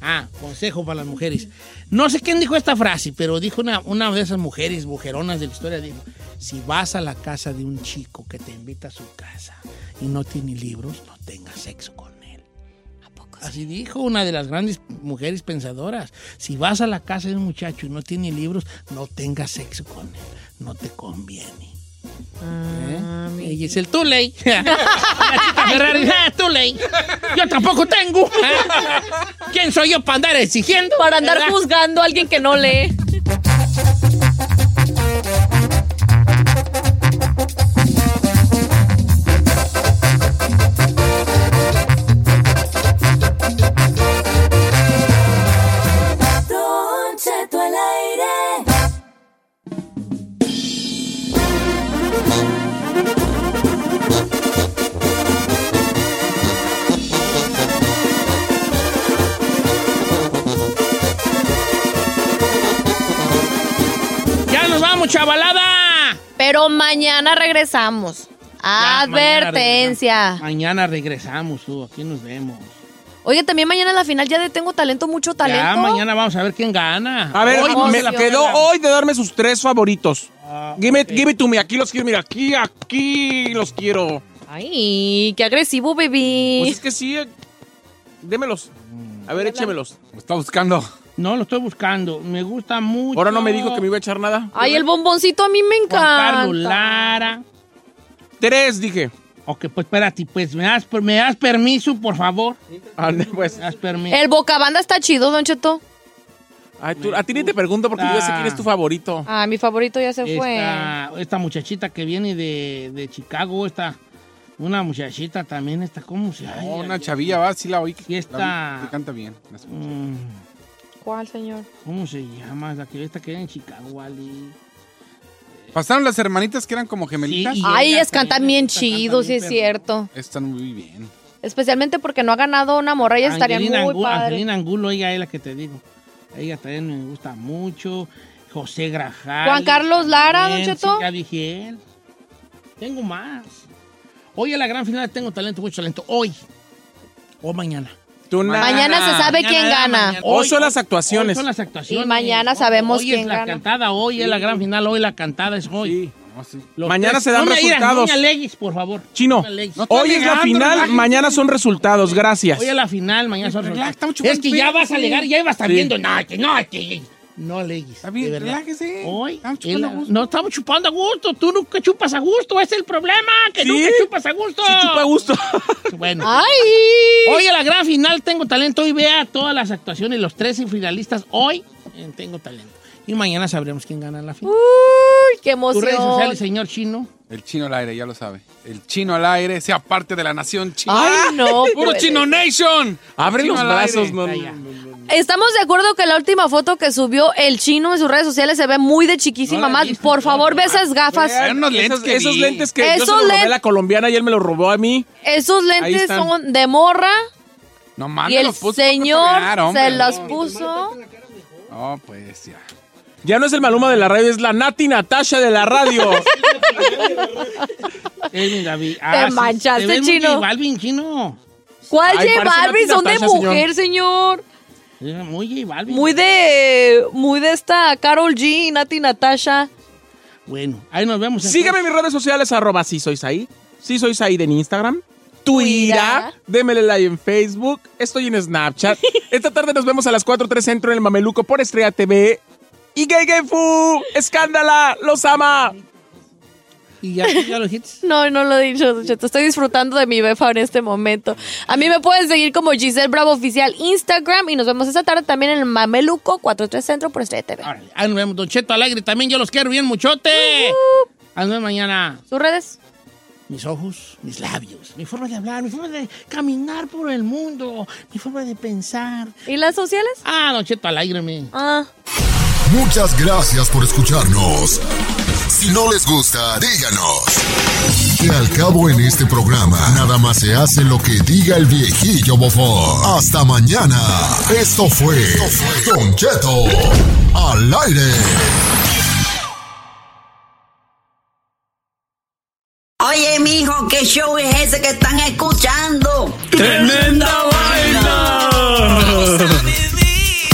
Ah, consejo para las mujeres. No sé quién dijo esta frase, pero dijo una, una de esas mujeres bujeronas de la historia, dijo, si vas a la casa de un chico que te invita a su casa y no tiene libros, no tengas sexo con él. Así dijo una de las grandes mujeres pensadoras. Si vas a la casa de un muchacho y no tiene libros, no tengas sexo con él. No te conviene. ¿Eh? Y es el too late. La chica Ferrari, ah, too late. Yo tampoco tengo. ¿Quién soy yo para andar exigiendo?
Para andar
¿Verdad?
juzgando a alguien que no lee.
Don Cheto al aire.
Ya nos vamos, chavalada.
Pero mañana regresamos.
Ya,
Advertencia.
Mañana regresamos, Mañana regresamos, tú. Aquí nos vemos.
Oye, también mañana en la final ya de Tengo Talento, mucho talento.
Ya, mañana vamos a ver quién gana.
A ver,
Hoy no
me
se la
quedó
juega.
hoy de darme sus tres favoritos.
Ah,
Give,
ok.
it, give it to me. Aquí los quiero. Mira, aquí, aquí los quiero.
Ay, qué agresivo, bebé.
Pues es que sí. eh, Démelos. A ver, échemelos.
Me está buscando.
No, lo estoy buscando. Me gusta mucho.
Ahora no me dijo que me iba a echar nada.
Ay, el bomboncito a mí me
Juan Carlos
encanta.
Lara.
Tres, dije.
Ok, pues espérate, pues me das, me das permiso, por favor.
Ande, pues.
Me das permiso.
El bocabanda está chido, Don Cheto.
Ay, tú- a ti ni te pregunto porque yo ya sé quién es tu favorito.
Ay, Ah, mi favorito ya se fue.
Esta, esta muchachita que viene de, de Chicago, esta, una muchachita también, esta, ¿cómo se llama?
No, una chavilla, va, sí la oí.
Y esta-
la vi, que canta bien.
Mm,
¿Cuál, señor?
¿Cómo se llama? La que esta que viene en Chicago, Ali.
Pasaron las hermanitas que eran como gemelitas.
Sí, y-
Ay,
ella
ellas cantan bien
también, esta canta
chido,
bien
sí es
perro.
cierto.
Están muy bien.
Especialmente porque no ha ganado una morra, ellas estarían muy
Angelina Angulo,
padres.
Angelina Angulo, ella es la que te digo. Ella también me gusta mucho. José Grajal.
Juan Carlos Lara, don Cheto.
ya dije él. Tengo más. Hoy a la gran final tengo talento, mucho talento. Hoy. O mañana.
Tú nada.
Mañana se sabe quién
Mañana,
gana.
mañana.
Hoy son las
Hoy
actuaciones.
son las actuaciones.
Y mañana
Hoy-
sabemos
hoy
quién
es la
gana.
cantada, hoy es la gran final, hoy la cantada es hoy.
Sí.
No, sí.
Los
Mañana
tres-
se dan
No me digas,
resultados.
Doña Leguis, por favor.
Chino,
Doña Leguis.
hoy es la final, mañana son resultados. Gracias.
Hoy a la final, mañana son
Relax,
resultados.
estamos chupando
Es que ya
pedo,
vas a
sí.
llegar, ya ibas estar
Sí.
viendo. No, que no, que no legues.
Está bien,
de verdad.
relájese.
Hoy,
Estamos
es
chupando
la-
a gusto.
no estamos chupando a gusto. Tú nunca chupas a gusto. Ese es el problema, que
Sí.
nunca chupas a gusto.
Sí, chupa a gusto.
Bueno.
Ay.
Hoy a la gran final tengo talento. Hoy vea todas las actuaciones, los 13 finalistas. Hoy eh, en tengo talento. Y mañana sabremos quién gana la final.
Uy, qué
Tus redes
emoción.
sociales, señor Chino.
El chino al aire, ya lo sabe. El chino al aire, sea parte de la nación china.
Ay, no,
¡Puro
puede.
chino nation!
Abre
Chino
los
al
brazos,
aire.
no, no,
Estamos de acuerdo que la última foto que subió el chino en sus redes sociales se ve muy de chiquísima. más, por favor, ve esas gafas.
esos, esos lentes que yo
Esos
se los robé a
len-
la colombiana y él me los robó a mí.
Esos lentes
están.
son de morra
No
y
mames,
el
los
pues,
puso para
señor
pegar,
se
hombre.
las puso.
No, pues ya.
Ya no es el Maluma de la radio, es la Nati Natasha de la radio.
Te manchaste,
Ah, ves muy
chino.
J Balvin, chino.
¿Cuál
Ay,
J
parece
Balvin?
Nati
Son de
Natasha, señor.
mujer, señor.
Era Muy J Balvin.
Muy de, muy de esta Carol G, Nati Natasha.
Bueno, ahí nos vemos.
Sígueme en mis redes sociales, arroba si sois ahí. Si sois ahí en Instagram. Twitter, démele like en Facebook, estoy en Snapchat. Esta tarde nos vemos a las 4.3 Centro en el Mameluco por Estrella TV. Y Gay Gay Fu, escándala, los ama.
¿Y ya, ya lo dijiste?
No, no lo he dicho, Don Cheto. Estoy disfrutando de mi befa en este momento. A mí me pueden seguir como Giselle Bravo Oficial Instagram y nos vemos esta tarde también en el Mameluco 43 Centro por Estrella TV.
Ahí nos vemos, Don Cheto Alegre. También yo los quiero bien, muchote. Ahí nos vemos mañana.
¿Sus redes?
Mis ojos, mis labios, Pues, mi forma de hablar, mi forma de caminar por el mundo, mi forma de pensar.
¿Y las sociales?
Ah, Don Cheto Alegre, mi.
Ah.
Muchas gracias por escucharnos. Si no les gusta, díganos. Que al cabo en este programa, nada más se hace lo que diga el viejillo bofón. Hasta mañana. Esto fue Don Cheto al aire.
Oye, mijo, ¿qué show es ese que están escuchando?
¡Tremenda
vaina!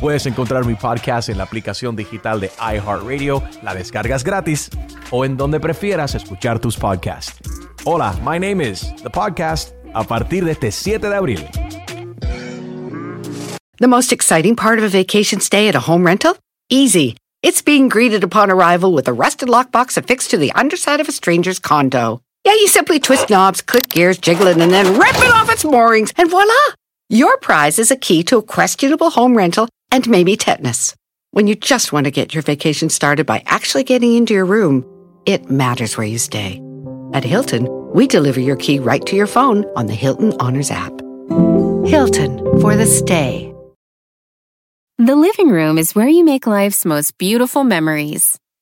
Puedes encontrar mi podcast en la aplicación digital de iHeartRadio, la descargas gratis o en donde prefieras escuchar tus podcasts. Hola, my name is The Podcast a partir de este 7 de abril.
The most exciting part of a vacation stay at a home rental? Easy. It's being greeted upon arrival with a rusted lockbox affixed to the underside of a stranger's condo. Yeah, you simply twist knobs, click gears, jiggle it, and then rip it off its moorings, and voila! Your prize is a key to a questionable home rental and maybe tetanus. When you just want to get your vacation started by actually getting into your room, it matters where you stay. At Hilton, we deliver your key right to your phone on the Hilton Honors app. Hilton for the stay.
The living room is where you make life's most beautiful memories,